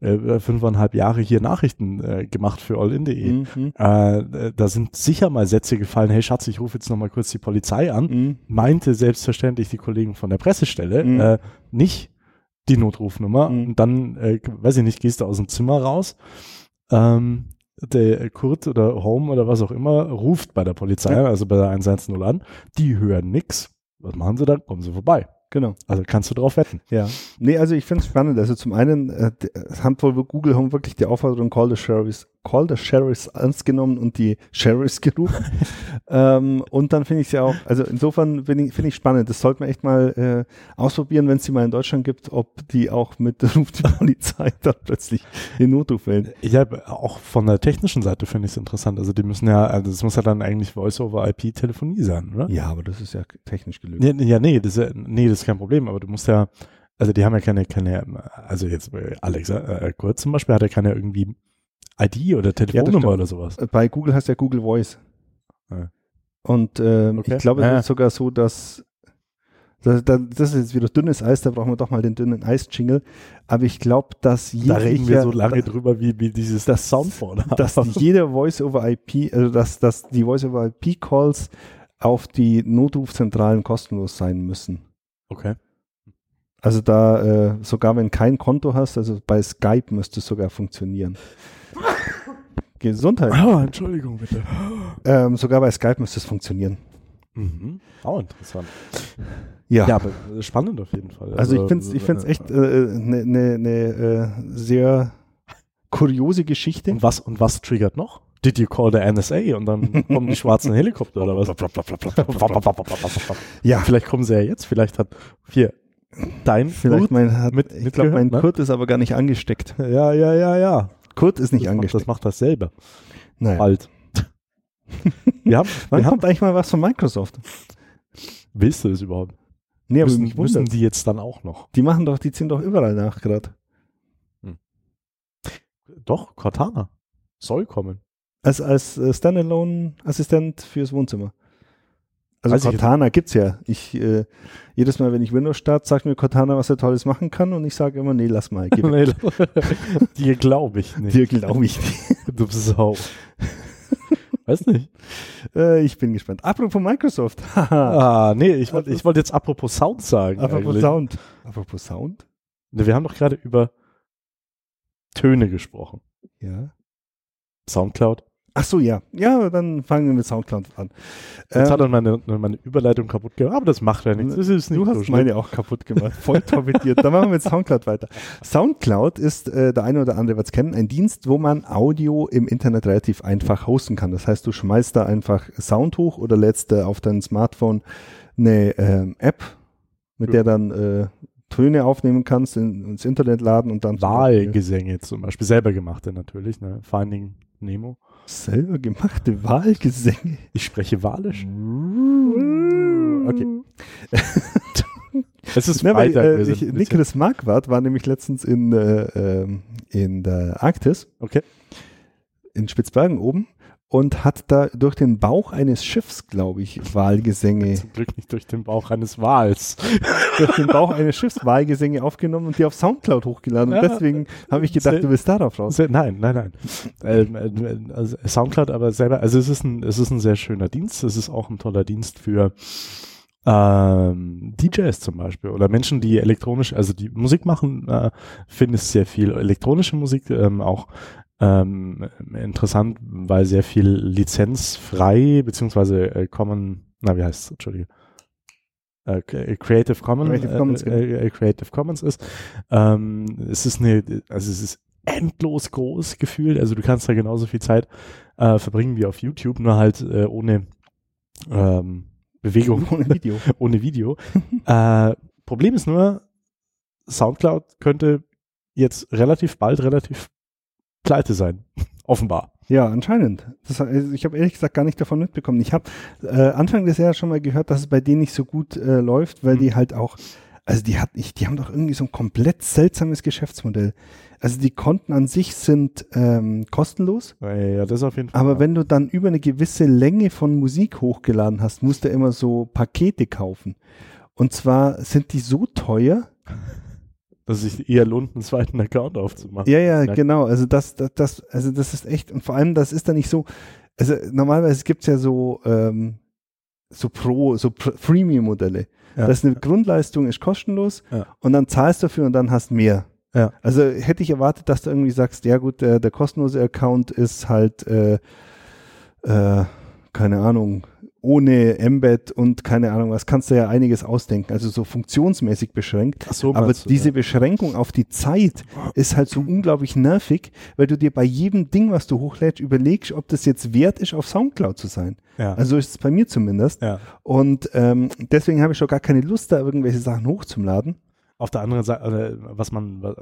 Speaker 1: äh, äh, fünfeinhalb Jahre hier Nachrichten äh, gemacht für allin.de.
Speaker 2: Mhm.
Speaker 1: Äh, da sind sicher mal Sätze gefallen, hey Schatz, ich rufe jetzt nochmal kurz die Polizei an.
Speaker 2: Mhm.
Speaker 1: meinte selbstverständlich die Kollegen von der Pressestelle
Speaker 2: Mhm.
Speaker 1: äh, nicht die Notrufnummer.
Speaker 2: Mhm.
Speaker 1: Und dann, äh, weiß ich nicht, gehst du aus dem Zimmer raus. Ähm, der Kurt oder Home oder was auch immer ruft bei der Polizei,
Speaker 2: Ja.
Speaker 1: also bei der 110 an. Die hören nix. Was machen sie dann? Kommen sie vorbei.
Speaker 2: Genau.
Speaker 1: Also kannst du drauf wetten.
Speaker 2: Ja. Nee, also ich finde es spannend. Also zum einen äh, d- es haben wohl Google Home wirklich die Aufforderung Call the Sheriffs, Call the Sheriffs ernst genommen und die Sheriffs gerufen. ähm, und dann finde ich es ja auch, also insofern finde ich, finde ich spannend. Das sollte man echt mal äh, ausprobieren, wenn es die mal in Deutschland gibt, ob die auch mit Ruf die Polizei dann plötzlich den Notruf wählen.
Speaker 1: Ich habe auch von der technischen Seite finde ich es interessant. Also die müssen ja, also das muss ja dann eigentlich Voice-over-IP-Telefonie sein, oder?
Speaker 2: Ja, aber das ist ja technisch gelöst.
Speaker 1: Ja, ja nee, das ist, ja- nee, das ist kein Problem, aber du musst ja, also die haben ja keine, keine, also jetzt bei Alexa äh, Kurz zum Beispiel hat ja keine irgendwie ID oder Telefonnummer
Speaker 2: stimmt.
Speaker 1: oder sowas.
Speaker 2: Bei Google heißt ja Google Voice.
Speaker 1: Ja.
Speaker 2: Und ähm,
Speaker 1: Okay. Ah.
Speaker 2: ich glaube,
Speaker 1: Ja,
Speaker 2: es
Speaker 1: ja.
Speaker 2: ist sogar so, dass, dass, dass das ist jetzt wieder dünnes Eis, da brauchen wir doch mal den dünnen Eis-Jingle. Aber ich glaube, dass
Speaker 1: Da reden wir
Speaker 2: jeglicher-
Speaker 1: so lange drüber, wie, wie dieses
Speaker 2: das-
Speaker 1: Soundboard.
Speaker 2: dass jeder Voice-over-IP, also dass, dass die Voice-over-IP-Calls auf die Notrufzentralen kostenlos sein müssen.
Speaker 1: okay.
Speaker 2: Also da, äh, sogar wenn kein Konto hast, also bei Skype müsste es sogar funktionieren. Gesundheit.
Speaker 1: Ah, Entschuldigung bitte.
Speaker 2: Ähm, sogar bei Skype müsste es funktionieren.
Speaker 1: Mhm. Auch interessant.
Speaker 2: Ja.
Speaker 1: Ja, aber äh, spannend auf jeden Fall.
Speaker 2: Also, ich finde es ich find's echt eine äh, ne, ne, ne, äh, sehr kuriose Geschichte.
Speaker 1: äh, Und was, und was triggert noch? Did you call the NSA? Und dann kommen die schwarzen Helikopter oder was?
Speaker 2: Ja,
Speaker 1: Vielleicht kommen sie ja jetzt. Vielleicht hat hier dein
Speaker 2: vielleicht mein, hat,
Speaker 1: mit-
Speaker 2: ich glaube,
Speaker 1: mitgehört,
Speaker 2: mein
Speaker 1: ne?
Speaker 2: Kurt ist aber gar nicht angesteckt.
Speaker 1: Ja, ja, ja, ja.
Speaker 2: Kurt ist nicht
Speaker 1: das, macht, das
Speaker 2: angesteckt.
Speaker 1: macht dasselbe.
Speaker 2: Naja.
Speaker 1: Bald. Wir haben,
Speaker 2: Wann
Speaker 1: wir haben,
Speaker 2: kommt eigentlich mal was von Microsoft?
Speaker 1: willst du das überhaupt?
Speaker 2: Nee, aber
Speaker 1: müssen,
Speaker 2: mich
Speaker 1: müssen
Speaker 2: wundert.
Speaker 1: die jetzt dann auch noch?
Speaker 2: Die machen doch, die ziehen doch überall nach gerade.
Speaker 1: Doch, Cortana. Soll kommen.
Speaker 2: Als, als äh, Standalone-Assistent fürs Wohnzimmer. Also
Speaker 1: Weiß ich jetzt
Speaker 2: Cortana gibt's ja. Ich äh, jedes Mal, wenn ich Windows starte, sagt mir Cortana, was er Tolles machen kann, und ich sage immer, nee, lass mal. Geh weg.
Speaker 1: Nee, Dir glaube ich nicht.
Speaker 2: Dir glaube ich nicht.
Speaker 1: Du Sau. Weiß nicht.
Speaker 2: Äh, ich bin gespannt. Apropos Microsoft. Haha.
Speaker 1: Ah, nee, ich wollte ich wollt jetzt apropos Sound sagen.
Speaker 2: Apropos
Speaker 1: eigentlich.
Speaker 2: Sound. Apropos Sound?
Speaker 1: Ne, Wir haben doch gerade über Töne gesprochen.
Speaker 2: Ja.
Speaker 1: Soundcloud.
Speaker 2: Ach so, ja. Ja, dann fangen wir mit Soundcloud an.
Speaker 1: Jetzt
Speaker 2: Ähm,
Speaker 1: hat er meine, meine Überleitung kaputt gemacht, aber das macht ja nichts. Das ist nicht
Speaker 2: Du
Speaker 1: so
Speaker 2: hast
Speaker 1: schlimm.
Speaker 2: meine auch kaputt gemacht. Voll torpediert. Dann machen wir mit Soundcloud weiter. Soundcloud ist, äh, der eine oder andere wird es kennen, ein Dienst, wo man Audio im Internet relativ einfach hosten kann. Das heißt, du schmeißt da einfach Sound hoch oder lädst äh, auf dein Smartphone eine ähm, App, mit
Speaker 1: Ja.
Speaker 2: der dann äh, Töne aufnehmen kannst, in, ins Internet laden und dann zum Beispiel
Speaker 1: Wahlgesänge zum Beispiel, selber gemachte natürlich, ne? Finding Nemo.
Speaker 2: selber gemachte Wahlgesänge.
Speaker 1: Ich spreche Walisch.
Speaker 2: Okay.
Speaker 1: Es ist
Speaker 2: Ne, weil,
Speaker 1: Mm. Freitag. wir
Speaker 2: äh, ich,
Speaker 1: sind ein bisschen-
Speaker 2: Nicholas Marquardt war nämlich letztens in, äh, ähm, in der Arktis.
Speaker 1: Okay.
Speaker 2: In Spitzbergen oben und hat da durch den Bauch eines Schiffs, glaube ich, Wahlgesänge,
Speaker 1: Zum Glück nicht durch den Bauch eines Wals.
Speaker 2: durch den Bauch eines Schiffs Wahlgesänge aufgenommen und die auf Soundcloud hochgeladen.
Speaker 1: Ja.
Speaker 2: Und deswegen habe ich gedacht, du bist darauf raus.
Speaker 1: Sehr, Also, nein, nein, nein. Ähm, ähm, also Soundcloud aber selber, also es ist, ein, es ist ein sehr schöner Dienst. Es ist auch ein toller Dienst für ähm, DJs zum Beispiel oder Menschen, die elektronisch, also die Musik machen, äh, findest sehr viel elektronische Musik, ähm, auch ähm, interessant, weil sehr viel lizenzfrei, beziehungsweise äh, Common, na wie heißt es, Entschuldige, äh, K- Creative Commons,
Speaker 2: Creative Commons,
Speaker 1: äh,
Speaker 2: genau.
Speaker 1: äh, äh, Creative Commons ist. Ähm, es ist eine, also es ist endlos groß gefühlt, also du kannst da genauso viel Zeit äh, verbringen wie auf YouTube, nur halt äh, ohne ähm, Bewegung
Speaker 2: Ohne Video.
Speaker 1: ohne Video. äh, Problem ist nur, Soundcloud könnte jetzt relativ bald relativ pleite sein. Offenbar.
Speaker 2: Ja, anscheinend. Das, also ich habe ehrlich gesagt gar nicht davon mitbekommen. Ich habe äh, Anfang des Jahres schon mal gehört, dass es bei denen nicht so gut äh, läuft, weil
Speaker 1: Mhm.
Speaker 2: die halt auch, also die hat nicht, die haben doch irgendwie so ein komplett seltsames Geschäftsmodell. Also die Konten an sich sind ähm, kostenlos,
Speaker 1: Ja, das auf jeden Fall.
Speaker 2: aber wenn du dann über eine gewisse Länge von Musik hochgeladen hast, musst du immer so Pakete kaufen. Und zwar sind die so teuer.
Speaker 1: dass es sich eher lohnt, einen zweiten Account aufzumachen.
Speaker 2: Ja, ja,
Speaker 1: Ja.
Speaker 2: genau. Also das, das, das, also das ist echt, und vor allem, das ist dann nicht so, also normalerweise gibt's ja so, ähm, so Pro, so Pr- Freemium-Modelle.
Speaker 1: Ja.
Speaker 2: Das ist eine Grundleistung, ist kostenlos
Speaker 1: Ja.
Speaker 2: und dann zahlst du dafür und dann hast mehr.
Speaker 1: Ja.
Speaker 2: Also hätte ich erwartet, dass du irgendwie sagst, ja gut, der, der kostenlose Account ist halt, äh, äh, keine Ahnung, ohne Embed und keine Ahnung was, kannst du ja einiges ausdenken, also so funktionsmäßig beschränkt.
Speaker 1: Ach so,
Speaker 2: Aber
Speaker 1: meinst du,
Speaker 2: diese
Speaker 1: ja.
Speaker 2: Beschränkung auf die Zeit ist halt so unglaublich nervig, weil du dir bei jedem Ding, was du hochlädst, überlegst, ob das jetzt wert ist, auf Soundcloud zu sein.
Speaker 1: Ja.
Speaker 2: Also ist es bei mir zumindest.
Speaker 1: ja.
Speaker 2: Und ähm, deswegen habe ich schon gar keine Lust, da irgendwelche Sachen hochzuladen.
Speaker 1: Auf der anderen Seite, äh, was man, wa-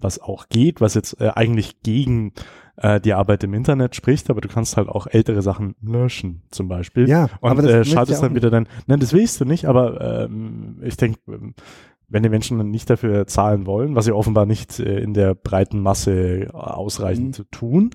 Speaker 1: was auch geht, was jetzt äh, eigentlich gegen äh, die Arbeit im Internet spricht, aber du kannst halt auch ältere Sachen löschen, zum Beispiel.
Speaker 2: Ja,
Speaker 1: Und
Speaker 2: aber das
Speaker 1: äh,
Speaker 2: willst du
Speaker 1: schadet
Speaker 2: ja
Speaker 1: es
Speaker 2: auch
Speaker 1: dann
Speaker 2: nicht.
Speaker 1: wieder dann. Nein, das willst du nicht, aber ähm, ich denke, ähm, wenn die Menschen dann nicht dafür zahlen wollen, was sie offenbar nicht äh, in der breiten Masse ausreichend
Speaker 2: Mhm.
Speaker 1: tun,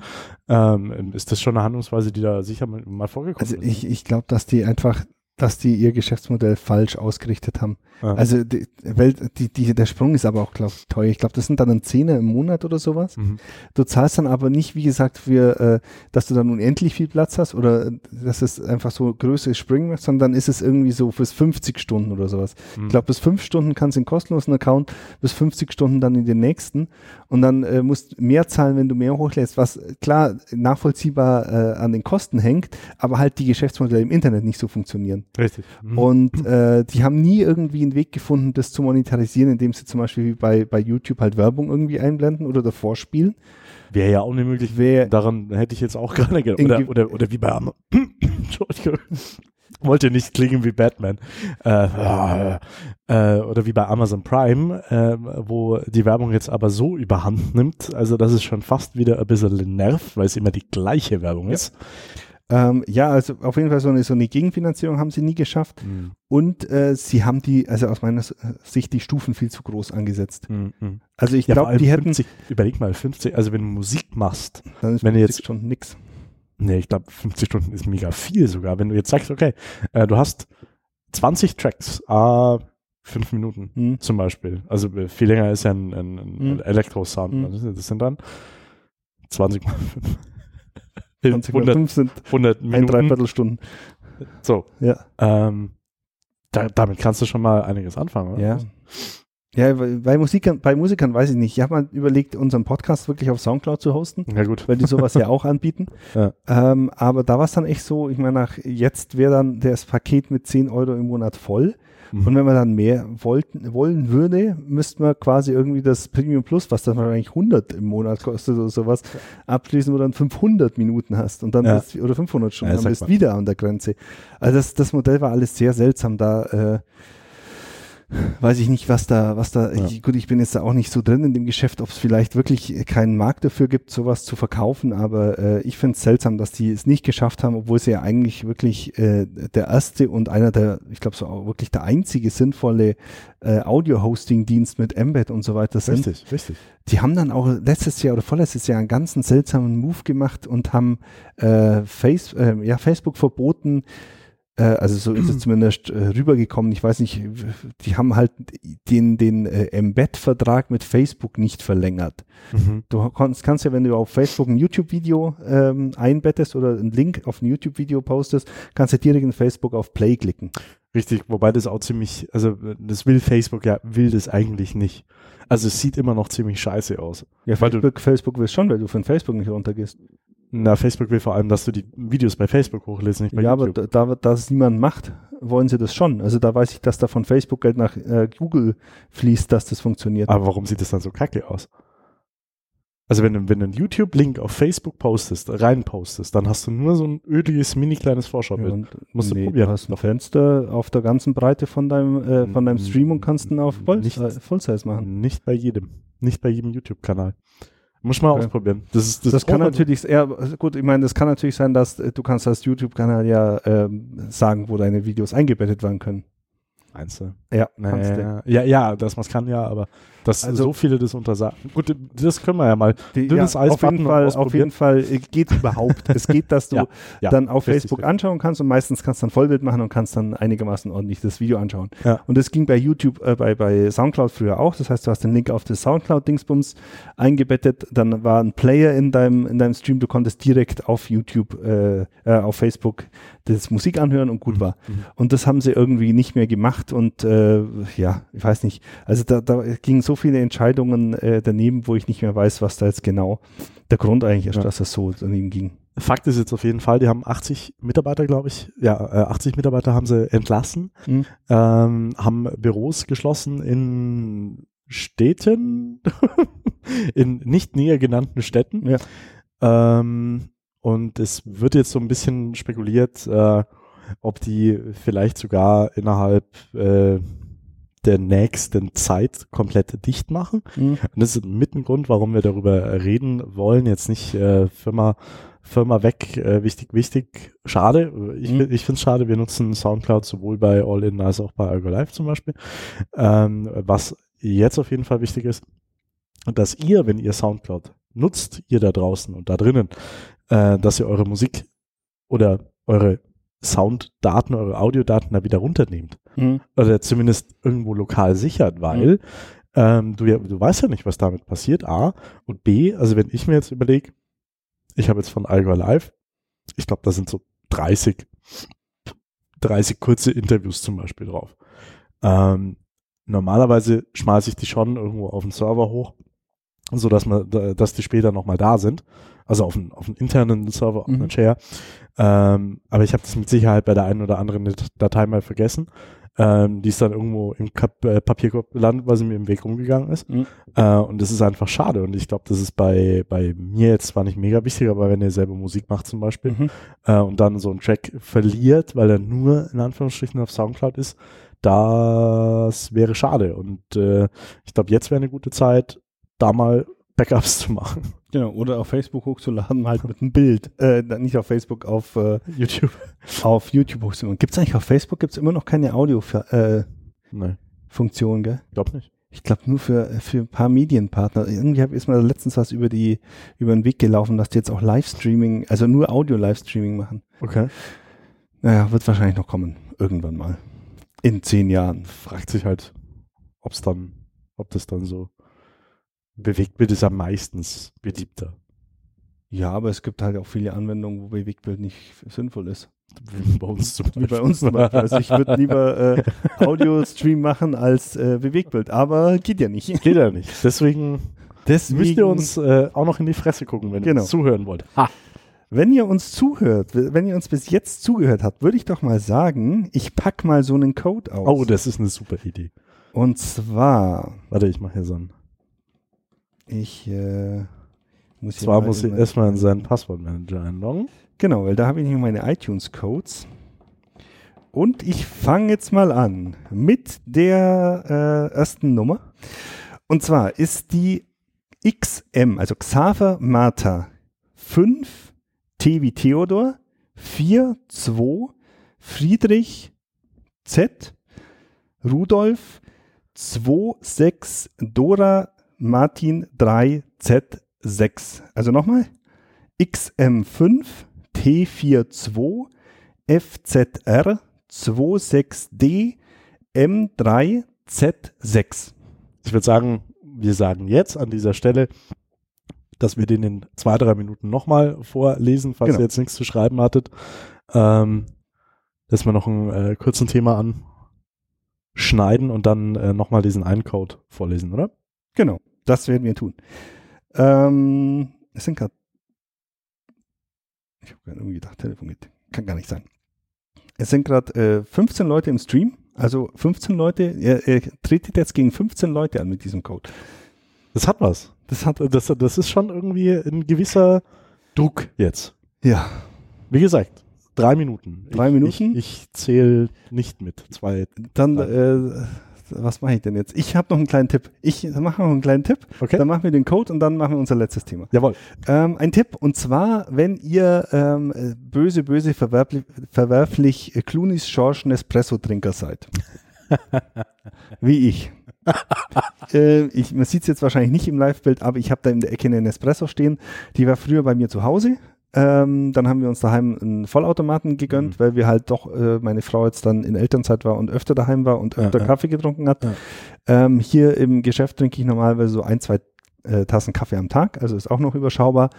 Speaker 1: ähm, ist das schon eine Handlungsweise, die da sicher mal, mal vorgekommen
Speaker 2: Also
Speaker 1: ist.
Speaker 2: ich, ich glaube, dass die einfach, dass die ihr Geschäftsmodell falsch ausgerichtet haben.
Speaker 1: Ja.
Speaker 2: Also die, Welt, die, die, der Sprung ist aber auch, glaube ich, teuer. Ich glaube, das sind dann ein Zehner im Monat oder sowas.
Speaker 1: Mhm.
Speaker 2: Du zahlst dann aber nicht, wie gesagt, für, äh, dass du dann unendlich viel Platz hast oder äh, dass es einfach so größere Sprünge macht, sondern dann ist es irgendwie so fürs 50 Stunden oder sowas. Ich glaube, bis fünf Stunden kannst du den kostenlosen Account, bis 50 Stunden dann in den nächsten. Und dann äh, musst mehr zahlen, wenn du mehr hochlädst, was äh, klar nachvollziehbar äh, an den Kosten hängt, aber halt die Geschäftsmodelle im Internet nicht so funktionieren.
Speaker 1: Richtig. Mhm.
Speaker 2: Und äh, die haben nie irgendwie einen Weg gefunden, das zu monetarisieren, indem sie zum Beispiel wie bei, bei YouTube halt Werbung irgendwie einblenden oder davor spielen.
Speaker 1: Wäre ja auch nicht möglich.
Speaker 2: Wer,
Speaker 1: Daran hätte ich jetzt auch gerade gedacht.
Speaker 2: In
Speaker 1: Oder,
Speaker 2: ge-
Speaker 1: oder, oder wie bei Am Entschuldigung. Wollte nicht klingen wie Batman. Äh, äh, oder wie bei Amazon Prime, äh, wo die Werbung jetzt aber so überhand nimmt, also dass es schon fast wieder ein bisschen nervt, weil es immer die gleiche Werbung
Speaker 2: Ja.
Speaker 1: ist.
Speaker 2: Ähm, ja, also auf jeden Fall so eine, so eine Gegenfinanzierung haben sie nie geschafft.
Speaker 1: Mhm.
Speaker 2: Und äh, sie haben die, also aus meiner S- Sicht, die Stufen viel zu groß angesetzt.
Speaker 1: Mhm.
Speaker 2: Also ich
Speaker 1: Ja, vor
Speaker 2: glaube,
Speaker 1: allem
Speaker 2: die hätten
Speaker 1: 50, überleg mal, 50, also wenn du Musik machst,
Speaker 2: dann ist
Speaker 1: wenn ihr jetzt-
Speaker 2: schon nix.
Speaker 1: nee, ich glaube 50 Stunden ist mega viel sogar, wenn du jetzt sagst, okay, äh, du hast 20 Tracks, ah, fünf Minuten
Speaker 2: Hm.
Speaker 1: zum Beispiel, also äh, viel länger ist ja ein, ein, ein
Speaker 2: Mhm.
Speaker 1: Elektro-Sound,
Speaker 2: Mhm.
Speaker 1: Was ist das sind dann 20 mal 5.
Speaker 2: 20 mal
Speaker 1: 100,
Speaker 2: 5 sind
Speaker 1: 100
Speaker 2: ein
Speaker 1: Äh, Minuten,
Speaker 2: Dreiviertelstunden.
Speaker 1: so,
Speaker 2: Ja.
Speaker 1: ähm, da, damit kannst du schon mal einiges anfangen, oder?
Speaker 2: Ja. Ja, bei- bei Musikern, bei Musikern weiß ich nicht. Ich habe mal überlegt, unseren Podcast wirklich auf Soundcloud zu hosten,
Speaker 1: Ja gut.
Speaker 2: weil die sowas ja auch anbieten.
Speaker 1: Ja.
Speaker 2: Ähm, aber da war es dann echt so, ich meine, nach jetzt wäre dann das Paket mit 10 Euro im Monat voll.
Speaker 1: Mhm.
Speaker 2: Und wenn man dann mehr wollten, wollen würde, müsste man quasi irgendwie das Premium Plus, was dann wahrscheinlich 100 im Monat kostet oder sowas, abschließen, wo du dann 500 Minuten hast und dann
Speaker 1: Ja.
Speaker 2: bist, oder 500 Stunden,
Speaker 1: Ja,
Speaker 2: dann
Speaker 1: sag
Speaker 2: bist
Speaker 1: mal.
Speaker 2: wieder an der Grenze. Also das, das Modell war alles sehr seltsam da. Äh, weiß ich nicht, was da, was da,
Speaker 1: Ja.
Speaker 2: ich, gut, ich bin jetzt da auch nicht so drin in dem Geschäft, ob es vielleicht wirklich keinen Markt dafür gibt, sowas zu verkaufen, aber äh, ich finde es seltsam, dass die es nicht geschafft haben, obwohl sie ja eigentlich wirklich äh, der erste und einer der, ich glaube so auch wirklich der einzige sinnvolle äh, Audio-Hosting-Dienst mit Embed und so weiter sind.
Speaker 1: Richtig, richtig.
Speaker 2: Die haben dann auch letztes Jahr oder vorletztes Jahr einen ganzen seltsamen Move gemacht und haben äh, Face, äh, ja, Facebook verboten, äh, also so ist es zumindest äh, rübergekommen, ich weiß nicht, w- die haben halt den, den äh, Embed-Vertrag mit Facebook nicht verlängert.
Speaker 1: Mhm.
Speaker 2: Du kannst, kannst ja, wenn du auf Facebook ein YouTube-Video ähm, einbettest oder einen Link auf ein YouTube-Video postest, kannst du direkt in Facebook auf Play klicken.
Speaker 1: Richtig, wobei das auch ziemlich, also das will Facebook ja, will das eigentlich nicht. Also es sieht immer noch ziemlich scheiße aus.
Speaker 2: Ja,
Speaker 1: Weil du-
Speaker 2: Facebook, Facebook will schon, weil du von Facebook nicht runtergehst.
Speaker 1: Na, Facebook will vor allem, dass du die Videos bei Facebook hochlädst, nicht bei
Speaker 2: Ja, aber
Speaker 1: YouTube.
Speaker 2: da, da das niemand macht, wollen sie das schon. Also da weiß ich, dass da von Facebook Geld nach äh, Google fließt, dass das funktioniert.
Speaker 1: Aber warum sieht das dann so kacke aus? Also wenn, du- wenn du einen YouTube-Link auf Facebook postest, reinpostest, dann hast du nur so ein ödiges, mini kleines
Speaker 2: Ja,
Speaker 1: Vorschaubild.
Speaker 2: und
Speaker 1: musst du
Speaker 2: nee,
Speaker 1: probieren.
Speaker 2: Du hast ein Fenster auf der ganzen Breite von deinem, äh, von deinem
Speaker 1: Mm,
Speaker 2: Stream und kannst ihn auf Full,
Speaker 1: nicht-
Speaker 2: äh, Fullsize machen.
Speaker 1: Nicht bei jedem. Nicht bei jedem YouTube-Kanal. Muss man
Speaker 2: Okay.
Speaker 1: ausprobieren. Das, ist,
Speaker 2: Das, kann
Speaker 1: Problem-
Speaker 2: natürlich, ja, gut, ich meine, das kann natürlich sein, dass äh, du kannst als YouTube-Kanal ja ähm, sagen, wo deine Videos eingebettet werden können.
Speaker 1: Einzel.
Speaker 2: Ja, kannst du.
Speaker 1: Naja, ja, ja, dass man es kann, ja, aber dass
Speaker 2: Also-
Speaker 1: so viele das untersagen. Gut, das können wir ja mal.
Speaker 2: Die,
Speaker 1: Dünnes
Speaker 2: ja,
Speaker 1: Eis
Speaker 2: auf jeden
Speaker 1: backen und
Speaker 2: Fall, auf
Speaker 1: ausprobieren.
Speaker 2: jeden Fall äh, geht überhaupt. es geht, dass du
Speaker 1: Ja, ja,
Speaker 2: dann auf
Speaker 1: richtig,
Speaker 2: Facebook
Speaker 1: richtig.
Speaker 2: anschauen kannst und meistens kannst du dann Vollbild machen und kannst dann einigermaßen ordentlich das Video anschauen.
Speaker 1: Ja.
Speaker 2: Und das ging bei YouTube, äh, bei, bei Soundcloud früher auch. Das heißt, du hast den Link auf das Soundcloud-Dingsbums eingebettet, dann war ein Player in deinem, in deinem Stream, du konntest direkt auf YouTube, äh, äh, auf Facebook das Musik anhören und gut war.
Speaker 1: Mhm.
Speaker 2: Und das haben sie irgendwie nicht mehr gemacht und äh, ja, ich weiß nicht. Also da, da gingen so viele Entscheidungen äh, daneben, wo ich nicht mehr weiß, was da jetzt genau der Grund eigentlich ist,
Speaker 1: Ja.
Speaker 2: dass das so daneben ging.
Speaker 1: Fakt ist jetzt auf jeden Fall, die haben 80 Mitarbeiter, glaube ich. Ja, äh, 80 Mitarbeiter haben sie entlassen,
Speaker 2: Mhm.
Speaker 1: ähm, haben Büros geschlossen in Städten, in nicht näher genannten Städten.
Speaker 2: Ja.
Speaker 1: Ähm, und es wird jetzt so ein bisschen spekuliert, äh, ob die vielleicht sogar innerhalb äh, der nächsten Zeit komplett dicht machen.
Speaker 2: Mhm.
Speaker 1: Und das ist mit ein Grund, warum wir darüber reden wollen. Jetzt nicht äh, Firma, Firma weg, äh, wichtig, wichtig, schade. Ich,
Speaker 2: Mhm.
Speaker 1: fi- ich finde es schade, wir nutzen Soundcloud sowohl bei All In als auch bei Algo Live zum Beispiel. Ähm, was jetzt auf jeden Fall wichtig ist, dass ihr, wenn ihr Soundcloud nutzt, ihr da draußen und da drinnen, äh, dass ihr eure Musik oder eure Sounddaten, eure Audiodaten da wieder runternehmt
Speaker 2: Mhm.
Speaker 1: oder also zumindest irgendwo lokal sichert, weil ähm, du ja, du weißt ja nicht, was damit passiert, A. Und B, also wenn ich mir jetzt überlege, ich habe jetzt von Algo Live, ich glaube, da sind so 30, 30 kurze Interviews zum Beispiel drauf. Ähm, normalerweise schmeiße ich die schon irgendwo auf den Server hoch, so dass man, dass die später nochmal da sind. Also auf einen, auf einen internen Server, auf
Speaker 2: Mhm.
Speaker 1: einen Share. Ähm, aber ich habe das mit Sicherheit bei der einen oder anderen Dat- Datei mal vergessen. Ähm, die ist dann irgendwo im Kap äh, Papierkorb gelandet, weil sie mir im Weg rumgegangen ist.
Speaker 2: Mhm.
Speaker 1: Äh, und das ist einfach schade. Und ich glaube, das ist bei, bei mir jetzt zwar nicht mega wichtig, aber wenn ihr selber Musik macht zum Beispiel
Speaker 2: Mhm.
Speaker 1: äh, und dann so einen Track verliert, weil er nur in Anführungsstrichen auf Soundcloud ist, das wäre schade. Und äh, ich glaube, jetzt wäre eine gute Zeit, da mal Backups zu machen.
Speaker 2: Genau, oder auf Facebook hochzuladen, halt mit einem Bild. Äh, nicht auf Facebook, auf, äh,
Speaker 1: YouTube.
Speaker 2: auf YouTube hochzuladen. Gibt es eigentlich auf Facebook gibt's immer noch keine Audio-Funktion,
Speaker 1: Nein,
Speaker 2: gell?
Speaker 1: glaub nicht.
Speaker 2: Ich glaube nur für, für ein paar Medienpartner. Irgendwie hab, ist mir letztens was über, die, über den Weg gelaufen, dass die jetzt auch Livestreaming, also nur Audio-Livestreaming machen.
Speaker 1: Okay.
Speaker 2: Naja, wird wahrscheinlich noch kommen. Irgendwann mal. In zehn Jahren.
Speaker 1: Fragt sich halt, ob es dann, ob das dann so bewegt wird, ist am meistens beliebter.
Speaker 2: Ja, aber es gibt halt auch viele Anwendungen, wo Bewegtbild nicht sinnvoll ist.
Speaker 1: Wie bei uns zum
Speaker 2: Wie bei uns zum Beispiel. Also ich würde lieber äh, Audio-Stream machen als äh, Bewegtbild, aber geht ja nicht.
Speaker 1: Geht ja nicht. Deswegen
Speaker 2: Deswegen,
Speaker 1: müsst ihr uns äh, auch noch in die Fresse gucken, wenn ihr
Speaker 2: Genau.
Speaker 1: uns zuhören wollt.
Speaker 2: wenn ihr uns zuhört, wenn ihr uns bis jetzt zugehört habt, würde ich doch mal sagen, ich pack mal so einen Code aus.
Speaker 1: Oh, das ist eine super Idee.
Speaker 2: Und zwar,
Speaker 1: Warte, ich mache hier so einen.
Speaker 2: ich äh, muss hier
Speaker 1: Zwar
Speaker 2: mal
Speaker 1: muss
Speaker 2: in
Speaker 1: ich
Speaker 2: mein-
Speaker 1: erstmal in seinen Passwortmanager einloggen.
Speaker 2: Genau, weil da habe ich hier meine iTunes-Codes. Und ich fange jetzt mal an mit der äh, ersten Nummer. Und zwar ist die XM, also Xaver Martha 5, T wie Theodor, 4, 2, Friedrich, Z, Rudolf, 2, 6, Dora, Martin, 3, Z, 6. Also nochmal. XM5 T42 FZR 26D M3Z6.
Speaker 1: Ich würde sagen, wir sagen jetzt an dieser Stelle, dass wir den in zwei, drei Minuten nochmal vorlesen, falls
Speaker 2: Genau.
Speaker 1: ihr jetzt nichts zu schreiben hattet. Ähm, dass wir noch einen äh, kurzen Thema anschneiden und dann äh, nochmal diesen einen Code vorlesen, oder?
Speaker 2: Genau, das werden wir tun. Ähm, es sind gerade. Ich habe gerade irgendwie gedacht, Telefon geht. Kann gar nicht sein. Es sind gerade äh, 15 Leute im Stream. Also 15 Leute. Ihr, ihr tretet jetzt gegen 15 Leute an mit diesem Code.
Speaker 1: Das hat was.
Speaker 2: Das hat.
Speaker 1: Das, das ist schon irgendwie ein gewisser Druck jetzt.
Speaker 2: Ja.
Speaker 1: Wie gesagt, drei Minuten.
Speaker 2: Drei
Speaker 1: ich,
Speaker 2: Minuten?
Speaker 1: Ich, ich zähle nicht mit. Zwei.
Speaker 2: Dann,
Speaker 1: Ja.
Speaker 2: äh, was mache ich denn jetzt? Ich habe noch einen kleinen Tipp. Ich mache noch einen kleinen Tipp.
Speaker 1: Okay.
Speaker 2: Dann machen wir den Code und dann machen wir unser letztes Thema.
Speaker 1: Jawohl.
Speaker 2: Ähm, ein Tipp, und zwar, wenn ihr ähm, äh, böse, böse, verwerflich, verwerflich äh, Clunis Schorsch Nespresso-Trinker seid. Wie ich. äh, ich man sieht es jetzt wahrscheinlich nicht im Live-Bild, aber ich habe da in der Ecke eine Nespresso stehen. Die war früher bei mir zu Hause. Ähm, dann haben wir uns daheim einen Vollautomaten gegönnt,
Speaker 1: Mhm.
Speaker 2: weil wir halt doch, äh, meine Frau jetzt dann in Elternzeit war und öfter daheim war und
Speaker 1: Ja,
Speaker 2: öfter
Speaker 1: ja.
Speaker 2: Kaffee getrunken hat.
Speaker 1: Ja.
Speaker 2: Ähm, hier im Geschäft trinke ich normalerweise so ein, zwei äh, Tassen Kaffee am Tag, also ist auch noch überschaubar.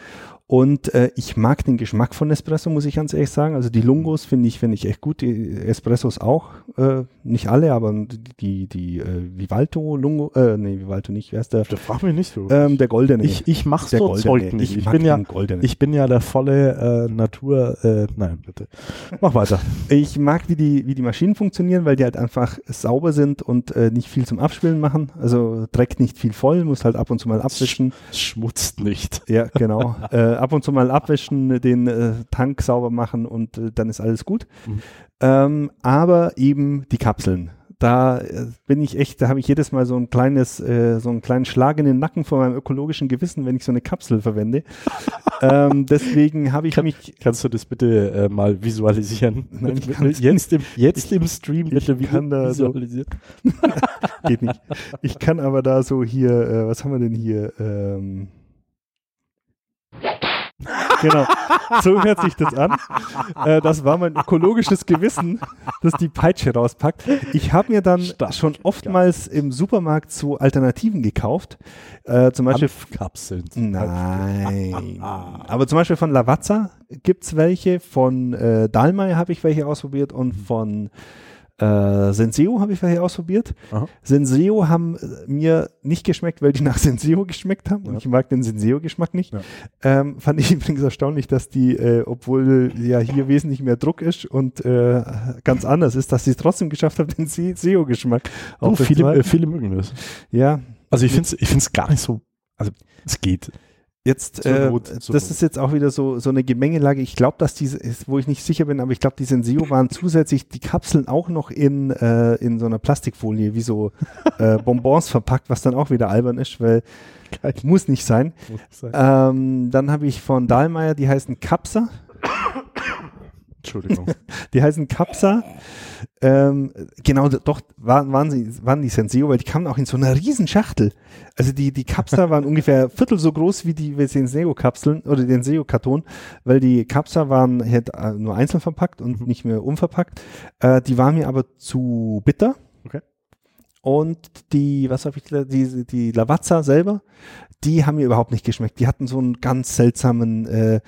Speaker 2: Und äh, ich mag den Geschmack von Espresso, muss ich ganz ehrlich sagen. Also die Lungos finde ich, finde ich echt gut. Die Espressos auch, äh, nicht alle, aber die, die, die äh, Vivalto, Lungo, äh, nee, Vivalto nicht, wer ist der?
Speaker 1: Das frag mich nicht so.
Speaker 2: Ähm, der goldene.
Speaker 1: ich, ich mach
Speaker 2: der
Speaker 1: so Zeug nicht.
Speaker 2: Ich,
Speaker 1: Ich,
Speaker 2: mag
Speaker 1: bin ja,
Speaker 2: den goldenen.
Speaker 1: ich bin ja der volle äh, Natur. Äh, nein, bitte. Mach weiter.
Speaker 2: Ich mag, wie die, wie die Maschinen funktionieren, weil die halt einfach sauber sind und äh, nicht viel zum Abspülen machen. Also dreckt nicht viel voll, muss halt ab und zu mal abwischen.
Speaker 1: Schmutzt nicht.
Speaker 2: Ja, genau. äh, ab und zu mal abwischen, den äh, Tank sauber machen und äh, dann ist alles gut.
Speaker 1: Mhm.
Speaker 2: Ähm, aber eben die Kapseln. Da äh, bin ich echt, da habe ich jedes Mal so ein kleines, äh, so einen kleinen Schlag in den Nacken vor meinem ökologischen Gewissen, wenn ich so eine Kapsel verwende. ähm, deswegen habe ich
Speaker 1: Kann-
Speaker 2: mich
Speaker 1: Kannst du das bitte äh, mal visualisieren?
Speaker 2: Nein, ich
Speaker 1: Mit-
Speaker 2: kann's
Speaker 1: jetzt im, jetzt im Stream bitte
Speaker 2: ich kann da so-
Speaker 1: visualisieren.
Speaker 2: Geht nicht. Ich kann aber da so hier, äh, was haben wir denn hier? Ähm, genau. So hört sich das an. Äh, das war mein ökologisches Gewissen, das die Peitsche rauspackt. Ich habe mir dann
Speaker 1: Stark.
Speaker 2: schon oftmals im Supermarkt so Alternativen gekauft. Äh, zum Beispiel
Speaker 1: Hanfkapseln.
Speaker 2: Nein. Aber zum Beispiel von Lavazza gibt es welche, von äh, Dalmai habe ich welche ausprobiert und von äh, Senseo habe ich welche ausprobiert.
Speaker 1: Aha.
Speaker 2: Senseo haben äh, mir nicht geschmeckt, weil die nach Senseo geschmeckt haben. Und
Speaker 1: Ja.
Speaker 2: ich mag den Senseo-Geschmack nicht.
Speaker 1: Ja.
Speaker 2: Ähm, fand ich übrigens erstaunlich, dass die, äh, obwohl ja hier wesentlich mehr Druck ist und äh, ganz anders ist, dass sie es trotzdem geschafft haben, den Senseo-Geschmack
Speaker 1: Oh, viele, äh,
Speaker 2: aufrechtzuerhalten.
Speaker 1: viele mögen das.
Speaker 2: Ja,
Speaker 1: Also ich finde es ich find's gar nicht so. Also es geht.
Speaker 2: Jetzt,
Speaker 1: Zur
Speaker 2: äh,
Speaker 1: Not, zur
Speaker 2: das
Speaker 1: Not.
Speaker 2: ist jetzt auch wieder so, so eine Gemengelage. Ich glaube, dass diese, ist, wo ich nicht sicher bin, aber ich glaube, die Senseo waren zusätzlich die Kapseln auch noch in, äh, in so einer Plastikfolie wie so äh, Bonbons verpackt, was dann auch wieder albern ist, weil
Speaker 1: Geil.
Speaker 2: muss nicht sein.
Speaker 1: muss ich sagen.
Speaker 2: Ähm, dann habe ich von Dahlmeier, die heißen Kapsa.
Speaker 1: Entschuldigung.
Speaker 2: Die heißen Kapsa. Ähm, genau, doch, waren, waren, sie, waren die Senseo, weil die kamen auch in so einer riesen Schachtel. Also die, die Kapsa waren ungefähr viertel so groß wie die wie den Senseo-Kapseln oder den Senseo-Karton, weil die Kapsa waren halt äh, nur einzeln verpackt und nicht mehr unverpackt. Äh, die waren mir aber zu bitter.
Speaker 1: Okay.
Speaker 2: Und die, was habe ich gesagt, die, die Lavazza selber, die haben mir überhaupt nicht geschmeckt. Die hatten so einen ganz seltsamen, äh,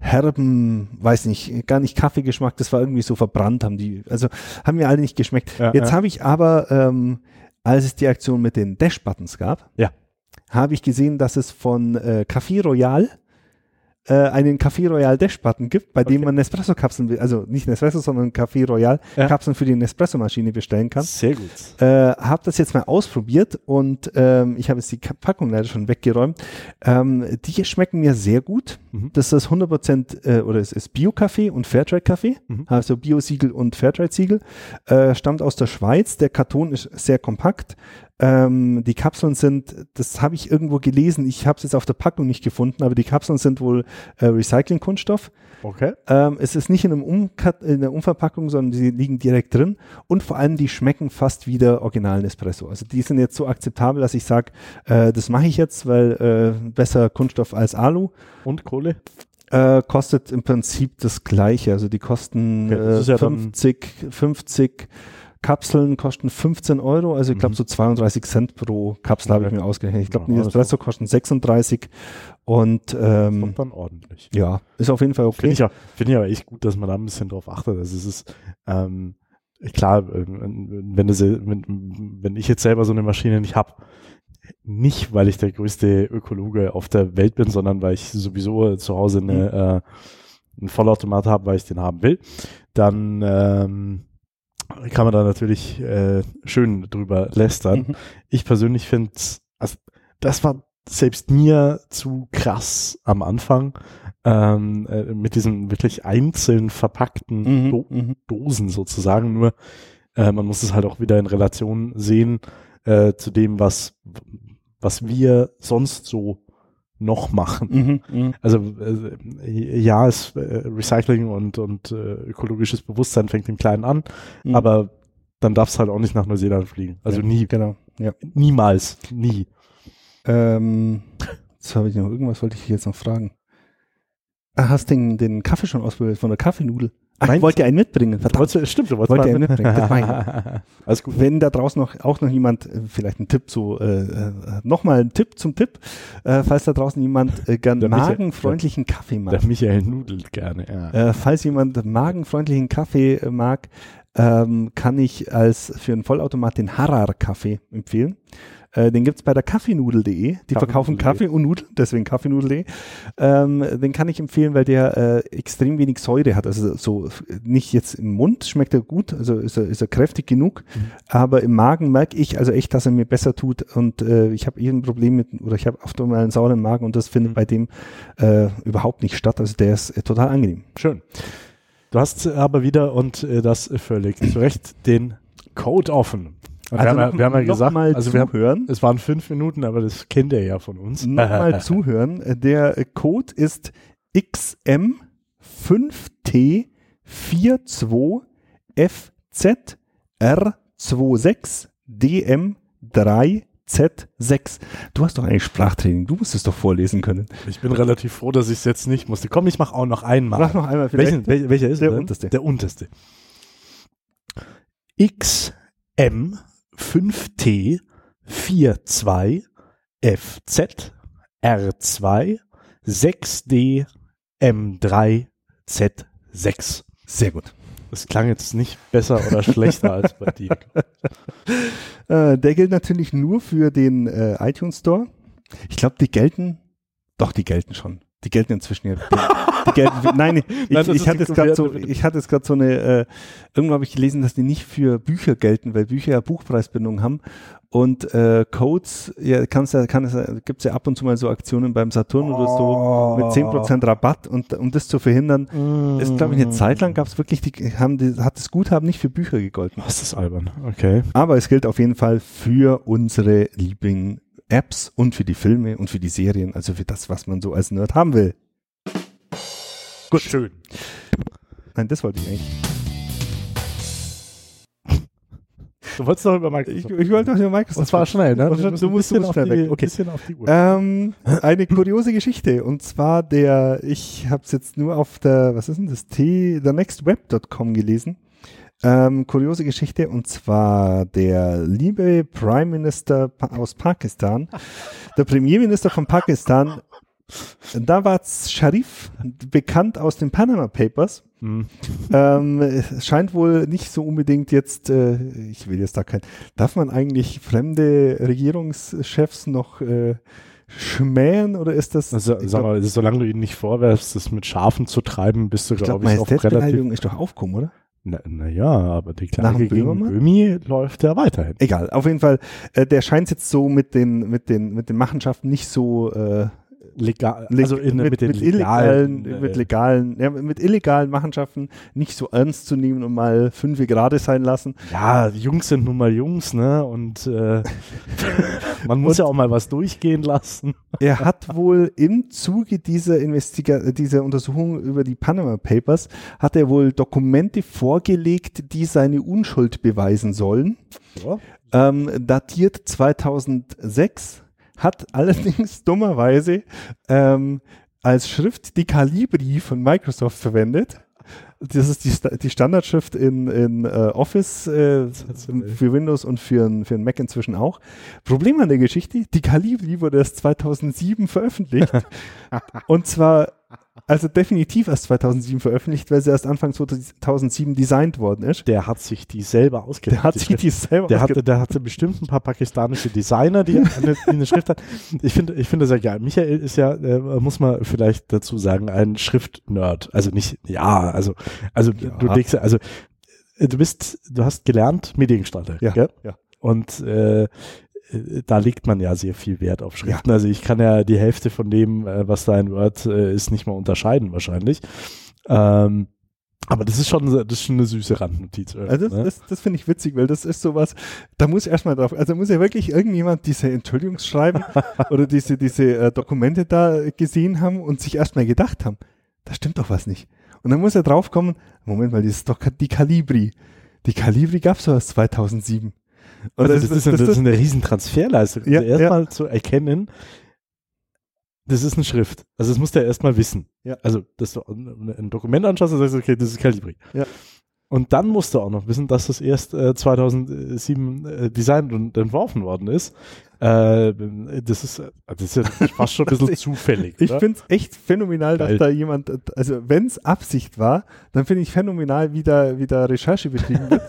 Speaker 2: herben, weiß nicht, gar nicht Kaffeegeschmack, das war irgendwie so verbrannt, haben die, also haben mir alle nicht geschmeckt.
Speaker 1: Ja,
Speaker 2: Jetzt
Speaker 1: ja.
Speaker 2: habe ich aber, ähm, als es die Aktion mit den Dash-Buttons gab,
Speaker 1: Ja.
Speaker 2: habe ich gesehen, dass es von äh, Café Royal äh, einen Café Royal Dash-Button gibt, bei dem
Speaker 1: Okay.
Speaker 2: man Nespresso-Kapseln, be- also nicht Nespresso, sondern Café Royal
Speaker 1: Ja.
Speaker 2: Kapseln für die Nespresso-Maschine bestellen kann
Speaker 1: Sehr gut.
Speaker 2: äh, habe das jetzt mal ausprobiert und ähm, ich habe jetzt die Ka- Packung leider schon weggeräumt. Ähm, die schmecken mir sehr gut.
Speaker 1: Mhm.
Speaker 2: Das ist 100% äh, oder es ist Bio-Kaffee und Fairtrade-Kaffee,
Speaker 1: Mhm.
Speaker 2: also Bio-Siegel und Fairtrade-Siegel. Äh, stammt aus der Schweiz. Der Karton ist sehr kompakt. Ähm, die Kapseln sind, das habe ich irgendwo gelesen, ich habe es jetzt auf der Packung nicht gefunden, aber die Kapseln sind wohl äh, Recycling-Kunststoff.
Speaker 1: Okay.
Speaker 2: Ähm, es ist nicht in, einem Umkat in der Umverpackung, sondern die liegen direkt drin. Und vor allem, die schmecken fast wie der originalen Espresso. Also die sind jetzt so akzeptabel, dass ich sage, äh, das mache ich jetzt, weil äh, besser Kunststoff als Alu.
Speaker 1: Und Kohle?
Speaker 2: Äh, kostet im Prinzip das gleiche. Also die kosten
Speaker 1: Okay, das
Speaker 2: äh,
Speaker 1: ist ja dann-
Speaker 2: 50, 50 Kapseln kosten 15 Euro, also ich glaube
Speaker 1: Mhm.
Speaker 2: so 32 Cent pro Kapsel habe ich
Speaker 1: Okay.
Speaker 2: mir ausgerechnet. Ich glaube,
Speaker 1: Ja,
Speaker 2: die
Speaker 1: das
Speaker 2: Espresso kosten 36 und ähm,
Speaker 1: Kommt dann ordentlich.
Speaker 2: ja, ist auf jeden Fall okay.
Speaker 1: Finde ich, auch- finde ich aber echt gut, dass man da ein bisschen drauf achtet. Also es ist ähm, klar, ähm, wenn, das, wenn, wenn ich jetzt selber so eine Maschine nicht habe, nicht weil ich der größte Ökologe auf der Welt bin, sondern weil ich sowieso zu Hause eine, äh, einen Vollautomat habe, weil ich den haben will, dann ähm, kann man da natürlich äh, schön drüber lästern.
Speaker 2: Mhm.
Speaker 1: Ich persönlich finde, also das war selbst mir zu krass am Anfang ähm, äh, mit diesen wirklich einzeln verpackten
Speaker 2: Mhm,
Speaker 1: Do
Speaker 2: mhm.
Speaker 1: Dosen sozusagen. Nur äh, man muss es halt auch wieder in Relation sehen äh, zu dem, was, was wir sonst so noch machen.
Speaker 2: Mhm, mhm.
Speaker 1: Also äh, ja, es, äh, Recycling und, und äh, ökologisches Bewusstsein fängt im Kleinen an,
Speaker 2: Mhm.
Speaker 1: aber dann darf es halt auch nicht nach Neuseeland fliegen. Also
Speaker 2: ja,
Speaker 1: nie,
Speaker 2: Genau, ja.
Speaker 1: niemals, nie.
Speaker 2: Ähm, jetzt habe ich noch irgendwas, wollte ich dich jetzt noch fragen. Ah, hast den, den Kaffee schon ausprobiert von der Kaffeenudel? Ach,
Speaker 1: Nein.
Speaker 2: ich wollte dir einen mitbringen. Verdammt.
Speaker 1: Wolltest du, stimmt, du wolltest
Speaker 2: Wollt ihr
Speaker 1: mal-
Speaker 2: mitbringen? Das
Speaker 1: Alles gut.
Speaker 2: Wenn da draußen noch, auch noch jemand, äh, vielleicht ein Tipp so, äh, äh, nochmal ein Tipp zum Tipp, äh, falls da draußen jemand äh, gern
Speaker 1: Der Michael-
Speaker 2: magenfreundlichen Kaffee mag.
Speaker 1: Der Michael nudelt gerne, ja.
Speaker 2: Äh, falls jemand magenfreundlichen Kaffee äh, mag, ähm, kann ich als für einen Vollautomat den Harar-Kaffee empfehlen. Äh, den gibt's bei der Kaffeenudel.de. Die verkaufen
Speaker 1: Kaffeenudel.de.
Speaker 2: Kaffee und Nudeln, deswegen Kaffeenudel.de. Ähm, den kann ich empfehlen, weil der äh, extrem wenig Säure hat. Also so f- nicht jetzt im Mund schmeckt er gut, also ist er, ist er kräftig genug,
Speaker 1: Mhm.
Speaker 2: aber im Magen merke ich also echt, dass er mir besser tut und äh, ich habe irgendein Problem mit, oder ich habe oft mal einen sauren Magen und das findet
Speaker 1: Mhm.
Speaker 2: bei dem äh, überhaupt nicht statt. Also der ist äh, total angenehm.
Speaker 1: Schön. Du hast aber wieder, und äh, das völlig zu Recht, den Code offen. Und wir haben ja, wir haben ja gesagt,
Speaker 2: Also mal
Speaker 1: also wir haben,
Speaker 2: zuhören.
Speaker 1: es waren fünf Minuten, aber das kennt ihr ja von uns.
Speaker 2: Nochmal zuhören. Äh, Der äh, Code ist XM5T42FZR26DM3Z6. Du hast doch eigentlich Sprachtraining. Du musst es doch vorlesen können.
Speaker 1: Ich bin relativ froh, dass ich es jetzt nicht musste. Komm, ich mache auch noch einmal.
Speaker 2: Mach noch einmal
Speaker 1: Welchen, wel, welcher ist
Speaker 2: Der
Speaker 1: er denn?
Speaker 2: unterste.
Speaker 1: Der unterste. XM5T 42 FZ R2 6D M3 Z6.
Speaker 2: Sehr gut.
Speaker 1: Das klang jetzt nicht besser oder schlechter als bei dir.
Speaker 2: Äh, der gilt natürlich nur für den äh, iTunes Store. Ich glaube, die gelten. Doch, die gelten schon. Die gelten inzwischen ja. Die gelten, nein, ich,
Speaker 1: das ist
Speaker 2: ich hatte
Speaker 1: die
Speaker 2: es gerade so,
Speaker 1: Konkurrente.
Speaker 2: ich hatte es gerade so eine, äh, irgendwann habe ich gelesen, dass die nicht für Bücher gelten, weil Bücher ja Buchpreisbindung haben. Und äh, Codes, ja, kannst ja, kann es, gibt es ja ab und zu mal so Aktionen beim Saturn oder so
Speaker 1: Oh.
Speaker 2: mit 10% Rabatt und um das zu verhindern,
Speaker 1: Mm.
Speaker 2: ist glaube
Speaker 1: Mhm.
Speaker 2: ich eine Zeit lang gab es wirklich, die, haben die, hat das Guthaben nicht für Bücher gegolten.
Speaker 1: Was ist albern? Okay.
Speaker 2: Aber es gilt auf jeden Fall für unsere lieben Apps und für die Filme und für die Serien, also für das, was man so als Nerd haben will.
Speaker 1: Gut. Schön.
Speaker 2: Nein, das wollte ich eigentlich.
Speaker 1: Du wolltest doch über Microsoft.
Speaker 2: Ich, ich wollte doch über Microsoft.
Speaker 1: und zwar schnell, ne?
Speaker 2: Und
Speaker 1: Du
Speaker 2: zwar-
Speaker 1: musst, du
Speaker 2: bisschen
Speaker 1: musst
Speaker 2: auf
Speaker 1: auf die,
Speaker 2: die- okay.
Speaker 1: bisschen auf die Uhr.
Speaker 2: Ähm, eine kuriose Geschichte und zwar der, ich habe es jetzt nur auf der, was ist denn das, T, der nextweb.com gelesen. Ähm, kuriose Geschichte und zwar der liebe Prime Minister pa aus Pakistan, der Premierminister von Pakistan, Nawaz Sharif, bekannt aus den Panama Papers,
Speaker 1: Hm.
Speaker 2: ähm, es scheint wohl nicht so unbedingt jetzt, äh, ich will jetzt da kein, darf man eigentlich fremde Regierungschefs noch äh, schmähen oder ist das,
Speaker 1: Also,
Speaker 2: ich
Speaker 1: sag
Speaker 2: glaub-
Speaker 1: mal, es ist, solange du ihn nicht vorwerfst, das mit Schafen zu treiben, bist du,
Speaker 2: ich
Speaker 1: glaube
Speaker 2: glaube,
Speaker 1: ich, also, auch relativ.
Speaker 2: Majestätsbeleidigung ist doch aufkommen, oder?
Speaker 1: Naja, na ja, aber die
Speaker 2: Nach
Speaker 1: Klage
Speaker 2: dem
Speaker 1: gegen
Speaker 2: Böhmermann?
Speaker 1: Böhmi läuft ja weiterhin.
Speaker 2: Egal, auf jeden Fall, äh, der scheint jetzt so mit den, mit den, mit den Machenschaften nicht so, äh,
Speaker 1: Legal,
Speaker 2: leg-
Speaker 1: also in, mit,
Speaker 2: mit,
Speaker 1: den
Speaker 2: mit
Speaker 1: legalen,
Speaker 2: illegalen,
Speaker 1: äh,
Speaker 2: mit legalen, ja, mit illegalen Machenschaften nicht so ernst zu nehmen und mal fünf gerade sein lassen.
Speaker 1: Ja, Jungs sind nun mal Jungs, ne? Und äh, man muss ja auch mal was durchgehen lassen.
Speaker 2: Er hat wohl im Zuge dieser, Investiga dieser Untersuchung über die Panama Papers, hat er wohl Dokumente vorgelegt, die seine Unschuld beweisen sollen. Ähm, datiert 2006, hat allerdings dummerweise ähm, als Schrift die Calibri von Microsoft verwendet. Das ist die, Sta die Standardschrift in, in äh, Office äh, für Windows und für, n- für den Mac inzwischen auch. Problem an der Geschichte, die Calibri wurde erst 2007 veröffentlicht. und zwar, also definitiv erst 2007 veröffentlicht, weil sie erst Anfang 2007 designt worden ist.
Speaker 1: Der hat sich die selber ausgedacht.
Speaker 2: Der hat sich die selber
Speaker 1: Der hatte, der hatte bestimmt ein paar pakistanische Designer, die eine, die eine Schrift hat. Ich finde, ich finde das ja geil. Michael ist ja, äh, muss man vielleicht dazu sagen, ein Schriftnerd. Also nicht, ja, also, also du legst, ja- also äh, du bist, du hast gelernt Mediengestalter,
Speaker 2: Ja,
Speaker 1: gell?
Speaker 2: ja.
Speaker 1: Und äh, äh, da legt man ja sehr viel Wert auf Schriften. Also ich kann ja die Hälfte von dem, äh, was da in Word äh, ist, nicht mal unterscheiden wahrscheinlich. Ähm, aber das ist schon, das ist schon eine süße Randnotiz. irgendwie,
Speaker 2: Also
Speaker 1: ne?
Speaker 2: das, das, das finde ich witzig, weil das ist sowas, da muss erstmal drauf, also muss ja wirklich irgendjemand diese Entschuldigungsschreiben oder diese, diese äh, Dokumente da gesehen haben und sich erstmal gedacht haben, da stimmt doch was nicht. Und dann muss er draufkommen, Moment mal, das ist doch die Calibri. Die Calibri gab es doch erst 2007. Und
Speaker 1: Also das, ist, eine- das ist eine riesen Transferleistung.
Speaker 2: Ja,
Speaker 1: also erstmal zu erkennen, das ist eine Schrift. Also das musst du ja erstmal wissen.
Speaker 2: Ja.
Speaker 1: Also, dass du ein ein Dokument anschaust und sagst, okay, das ist Calibri.
Speaker 2: Ja.
Speaker 1: Und dann musst du auch noch wissen, dass das erst äh, 2007 äh, designt und entworfen worden ist. Äh, das ist, äh, das ist ja fast schon ein bisschen zufällig.
Speaker 2: Ich
Speaker 1: oder?
Speaker 2: finde es echt phänomenal,
Speaker 1: Geil.
Speaker 2: dass da jemand, also wenn es Absicht war, dann finde ich phänomenal, wie da, wie da Recherche betrieben wird.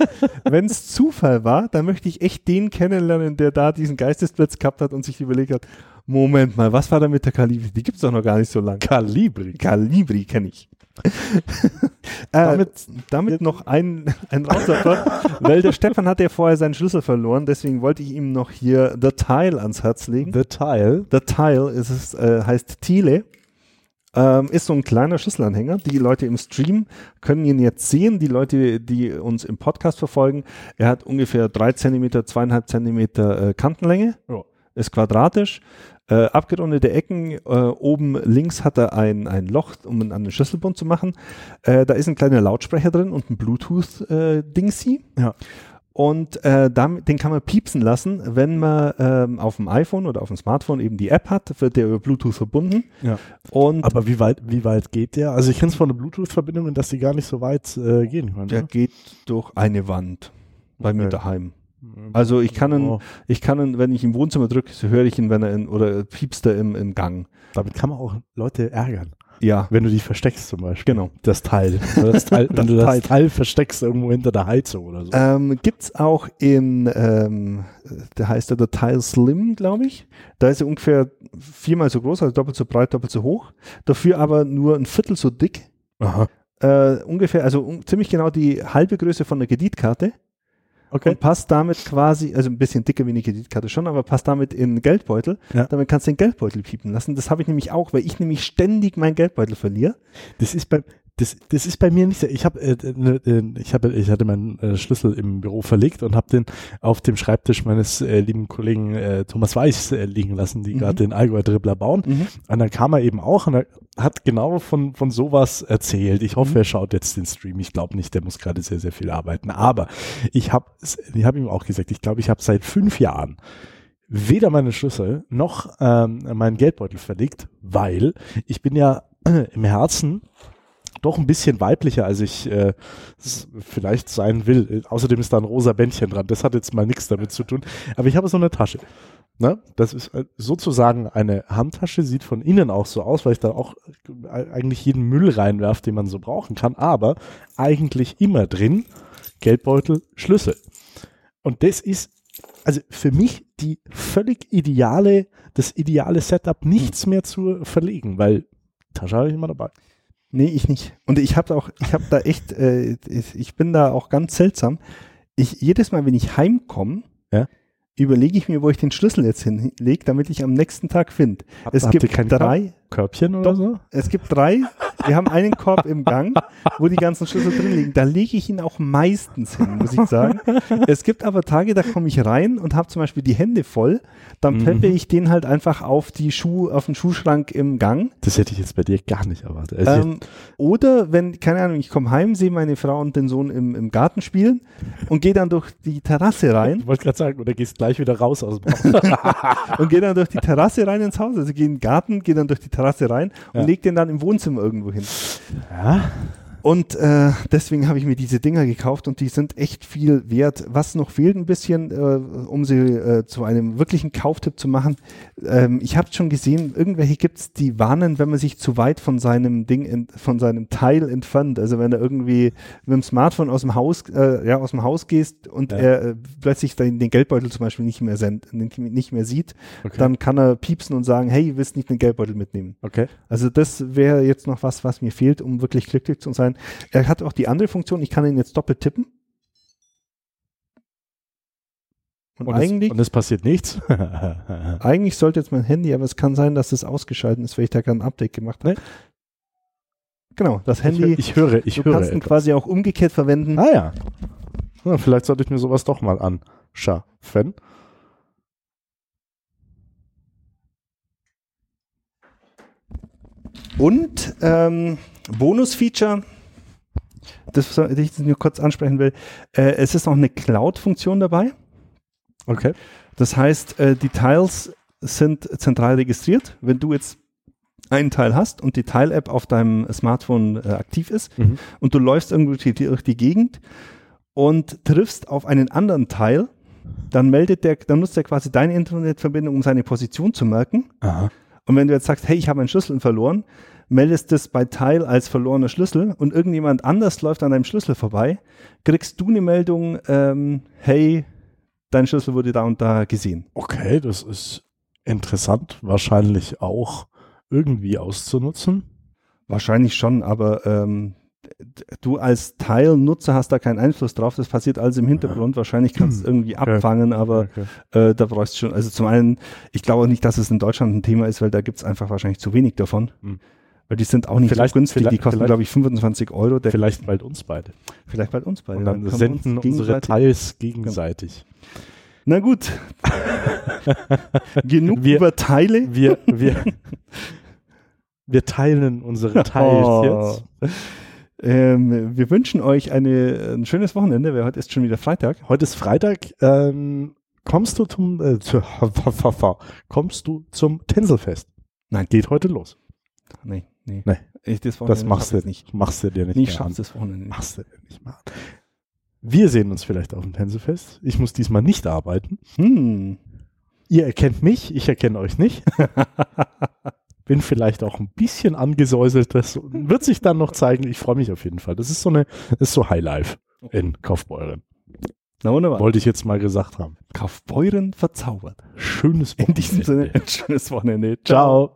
Speaker 2: wenn es Zufall war, dann möchte ich echt den kennenlernen, der da diesen Geistesblitz gehabt hat und sich überlegt hat, Moment mal, was war da mit der Kalibri? Die gibt es doch noch gar nicht so lange.
Speaker 1: Calibri.
Speaker 2: Kalibri kenne ich. äh, damit
Speaker 1: Damit
Speaker 2: damit noch ein, ein Rauswerfer, weil der Stefan hat ja vorher seinen Schlüssel verloren, deswegen wollte ich ihm noch hier The Tile ans Herz legen.
Speaker 1: The Tile.
Speaker 2: The Tile ist es, äh, heißt Thiele. Ähm, ist so ein kleiner Schlüsselanhänger. Die Leute im Stream können ihn jetzt sehen. Die Leute, die uns im Podcast verfolgen, er hat ungefähr 3 cm, 2,5 cm äh, Kantenlänge.
Speaker 1: Ja.
Speaker 2: Ist quadratisch. Äh, abgerundete Ecken. Äh, oben links hat er ein, ein Loch, um ihn an den Schlüsselbund zu machen. Äh, da ist ein kleiner Lautsprecher drin und ein Bluetooth-Dingsy.
Speaker 1: Ja.
Speaker 2: Und äh, damit, den kann man piepsen lassen, wenn man ähm, auf dem iPhone oder auf dem Smartphone eben die App hat, wird der über Bluetooth verbunden.
Speaker 1: Ja.
Speaker 2: Und
Speaker 1: Aber wie weit, wie weit geht der? Also ich kenne es von der Bluetooth-Verbindung, und dass die gar nicht so weit äh, gehen können.
Speaker 2: der
Speaker 1: ne?
Speaker 2: geht durch eine Wand bei mir
Speaker 1: Okay.
Speaker 2: daheim. Also ich kann ihn,
Speaker 1: Oh.
Speaker 2: ich kann ihn, wenn ich im Wohnzimmer drücke, so höre ich ihn, wenn er in, oder piepst er im, im Gang.
Speaker 1: Damit kann man auch Leute ärgern.
Speaker 2: Ja,
Speaker 1: Wenn du dich versteckst zum Beispiel.
Speaker 2: genau.
Speaker 1: Das Teil. Oder Das Teil wenn
Speaker 2: Das
Speaker 1: du das
Speaker 2: Teil.
Speaker 1: Teil. versteckst irgendwo hinter der Heizung oder so.
Speaker 2: Ähm, Gibt es auch in, ähm, der heißt der Datei Slim, glaube ich. Da ist er ungefähr viermal so groß, also doppelt so breit, doppelt so hoch. Dafür aber nur ein Viertel so dick.
Speaker 1: Aha.
Speaker 2: Äh, ungefähr, also un ziemlich genau die halbe Größe von einer Kreditkarte.
Speaker 1: Okay.
Speaker 2: Und passt damit quasi, also ein bisschen dicker wie eine Kreditkarte schon, aber passt damit in den Geldbeutel.
Speaker 1: Ja.
Speaker 2: Damit kannst du den Geldbeutel piepen lassen. Das habe ich nämlich auch, weil ich nämlich ständig meinen Geldbeutel verliere.
Speaker 1: Das ist bei das, das ist bei mir nicht so. Ich habe äh, ne, äh, ich habe ich hatte meinen äh, Schlüssel im Büro verlegt und habe den auf dem Schreibtisch meines äh, lieben Kollegen äh, Thomas Weiß äh, liegen lassen, die
Speaker 2: Mhm.
Speaker 1: gerade den Allgäuer Dribbler bauen. Und dann kam er eben auch und er hat genau von von sowas erzählt. Ich hoffe,
Speaker 2: Mhm.
Speaker 1: er schaut jetzt den Stream. Ich glaube nicht, der muss gerade sehr sehr viel arbeiten. Aber ich habe ich habe ihm auch gesagt, ich glaube, ich habe seit fünf Jahren weder meine Schlüssel noch ähm, meinen Geldbeutel verlegt, weil ich bin ja im Herzen doch ein bisschen weiblicher, als ich äh, s- vielleicht sein will. Äh, Außerdem ist da ein rosa Bändchen dran. Das hat jetzt mal nichts damit zu tun. Aber ich habe so eine Tasche. Ne? Das ist äh, sozusagen eine Handtasche, sieht von innen auch so aus, weil ich da auch äh, eigentlich jeden Müll reinwerfe, den man so brauchen kann. Aber eigentlich immer drin Geldbeutel, Schlüssel. Und das ist also für mich die völlig ideale, das ideale Setup, nichts mehr zu verlegen, weil Tasche habe ich immer dabei.
Speaker 2: Nee, ich nicht. Und ich habe auch, ich habe da echt, äh, ich ich bin da auch ganz seltsam. Ich, jedes Mal, wenn ich heimkomme,
Speaker 1: Ja.
Speaker 2: überlege ich mir, wo ich den Schlüssel jetzt hinlege, damit ich am nächsten Tag finde.
Speaker 1: Hab-
Speaker 2: Es
Speaker 1: habt ihr
Speaker 2: gibt
Speaker 1: keine Kör-
Speaker 2: drei,
Speaker 1: Körbchen oder
Speaker 2: Doch.
Speaker 1: so?
Speaker 2: es gibt drei, wir haben einen Korb im Gang, wo die ganzen Schlüssel drin liegen. Da lege ich ihn auch meistens hin, muss ich sagen. Es gibt aber Tage, da komme ich rein und habe zum Beispiel die Hände voll, dann
Speaker 1: Mhm.
Speaker 2: peppe ich den halt einfach auf die Schuh, auf den Schuhschrank im Gang.
Speaker 1: Das hätte ich jetzt bei dir gar nicht erwartet. Also
Speaker 2: Ähm, oder wenn, keine Ahnung, ich komme heim, sehe meine Frau und den Sohn im, im Garten spielen und gehe dann durch die Terrasse
Speaker 1: ich
Speaker 2: rein
Speaker 1: wollte gerade sagen, oder gehst gleich wieder raus aus dem Haus.
Speaker 2: und gehe dann durch die Terrasse rein ins Haus. Also gehe in den Garten, gehe dann durch die Terrasse rein und
Speaker 1: Ja.
Speaker 2: lege den dann im Wohnzimmer irgendwo hin.
Speaker 1: ja,
Speaker 2: Und äh, deswegen habe ich mir diese Dinger gekauft und die sind echt viel wert. Was noch fehlt ein bisschen, äh, um sie äh, zu einem wirklichen Kauftipp zu machen, ähm, ich habe schon gesehen, irgendwelche gibt's, die warnen, wenn man sich zu weit von seinem Ding, ent, von seinem Teil entfernt. Also wenn du irgendwie mit dem Smartphone aus dem Haus, äh, ja, aus dem Haus gehst und
Speaker 1: Ja.
Speaker 2: er äh, plötzlich den, den Geldbeutel zum Beispiel nicht mehr, send, nicht mehr sieht,
Speaker 1: okay.
Speaker 2: dann kann er piepsen und sagen, hey, willst nicht den Geldbeutel mitnehmen.
Speaker 1: okay.
Speaker 2: Also das wäre jetzt noch was, was mir fehlt, um wirklich glücklich zu sein. Er hat auch die andere Funktion, ich kann ihn jetzt doppelt tippen. Und,
Speaker 1: Und,
Speaker 2: eigentlich,
Speaker 1: es, und es passiert nichts.
Speaker 2: eigentlich sollte jetzt mein Handy, aber es kann sein, dass es ausgeschaltet ist, weil ich da gerade ein Update gemacht habe.
Speaker 1: Nee.
Speaker 2: Genau, das Handy,
Speaker 1: ich, hö- ich höre, ich
Speaker 2: du
Speaker 1: höre.
Speaker 2: kannst ihn
Speaker 1: etwas.
Speaker 2: quasi auch umgekehrt verwenden.
Speaker 1: Ah ja. ja. Vielleicht sollte ich mir sowas doch mal anschaffen.
Speaker 2: Und ähm, Bonus-Feature, das, was ich jetzt nur kurz ansprechen will, äh, es ist noch eine Cloud-Funktion dabei.
Speaker 1: Okay.
Speaker 2: Das heißt, äh, die Tiles sind zentral registriert. Wenn du jetzt einen Teil hast und die Tile-App auf deinem Smartphone äh, aktiv ist
Speaker 1: Mhm.
Speaker 2: und du läufst irgendwo durch die, durch die Gegend und triffst auf einen anderen Teil, dann meldet der, dann nutzt er quasi deine Internetverbindung, um seine Position zu merken.
Speaker 1: Aha.
Speaker 2: Und wenn du jetzt sagst, hey, ich habe einen Schlüssel verloren, meldest das bei Tile als verlorener Schlüssel und irgendjemand anders läuft an deinem Schlüssel vorbei, kriegst du eine Meldung, ähm, hey, dein Schlüssel wurde da und da gesehen.
Speaker 1: Okay, das ist interessant. Wahrscheinlich auch irgendwie auszunutzen.
Speaker 2: Wahrscheinlich schon, aber ähm, d- du als Teilnutzer hast da keinen Einfluss drauf. Das passiert alles im Hintergrund. Wahrscheinlich kannst du es irgendwie abfangen, aber
Speaker 1: Okay.
Speaker 2: äh, da brauchst du schon. Also zum einen, ich glaube auch nicht, dass es in Deutschland ein Thema ist, weil da gibt es einfach wahrscheinlich zu wenig davon.
Speaker 1: Hm.
Speaker 2: Weil die sind auch nicht
Speaker 1: Vielleicht-
Speaker 2: so günstig. Die
Speaker 1: vielleicht-
Speaker 2: kosten,
Speaker 1: vielleicht-
Speaker 2: glaube ich, 25 Euro. Der,
Speaker 1: Vielleicht bald uns beide.
Speaker 2: vielleicht bald uns beide.
Speaker 1: Und dann
Speaker 2: können wir
Speaker 1: senden
Speaker 2: uns
Speaker 1: unsere
Speaker 2: gegenseitig-
Speaker 1: Teils gegenseitig.
Speaker 2: Na gut. Genug
Speaker 1: Wir-
Speaker 2: über Teile.
Speaker 1: Wir, wir, wir teilen unsere Teils
Speaker 2: Oh.
Speaker 1: jetzt.
Speaker 2: Ähm, wir wünschen euch eine, ein schönes Wochenende, weil heute ist schon wieder Freitag.
Speaker 1: Heute ist Freitag. Ähm, kommst du zum äh, zu, kommst du zum Tänzelfest?
Speaker 2: Nein.
Speaker 1: Geht heute los.
Speaker 2: Nee, nee.
Speaker 1: Nee.
Speaker 2: Ich, das
Speaker 1: Das
Speaker 2: Wochenende
Speaker 1: machst
Speaker 2: schaff
Speaker 1: du
Speaker 2: ich nicht.
Speaker 1: nicht. Machst du dir nicht.
Speaker 2: Nee, ich
Speaker 1: mehr
Speaker 2: schaff's
Speaker 1: an.
Speaker 2: das Wochenende nicht.
Speaker 1: Machst du dir nicht mal an. Wir sehen uns vielleicht auf dem Tänzelfest. Ich muss diesmal nicht arbeiten.
Speaker 2: Hm.
Speaker 1: Ihr erkennt mich, ich erkenne euch nicht. bin vielleicht auch ein bisschen angesäuselt. Das wird sich dann noch zeigen. Ich freue mich auf jeden Fall. Das ist so eine, das ist so Highlife in Kaufbeuren.
Speaker 2: Na wunderbar.
Speaker 1: Wollte ich jetzt mal gesagt haben.
Speaker 2: Kaufbeuren verzaubert.
Speaker 1: Schönes
Speaker 2: In diesem Sinne,
Speaker 1: Wochenende.
Speaker 2: ein schönes Wochenende.
Speaker 1: Ciao.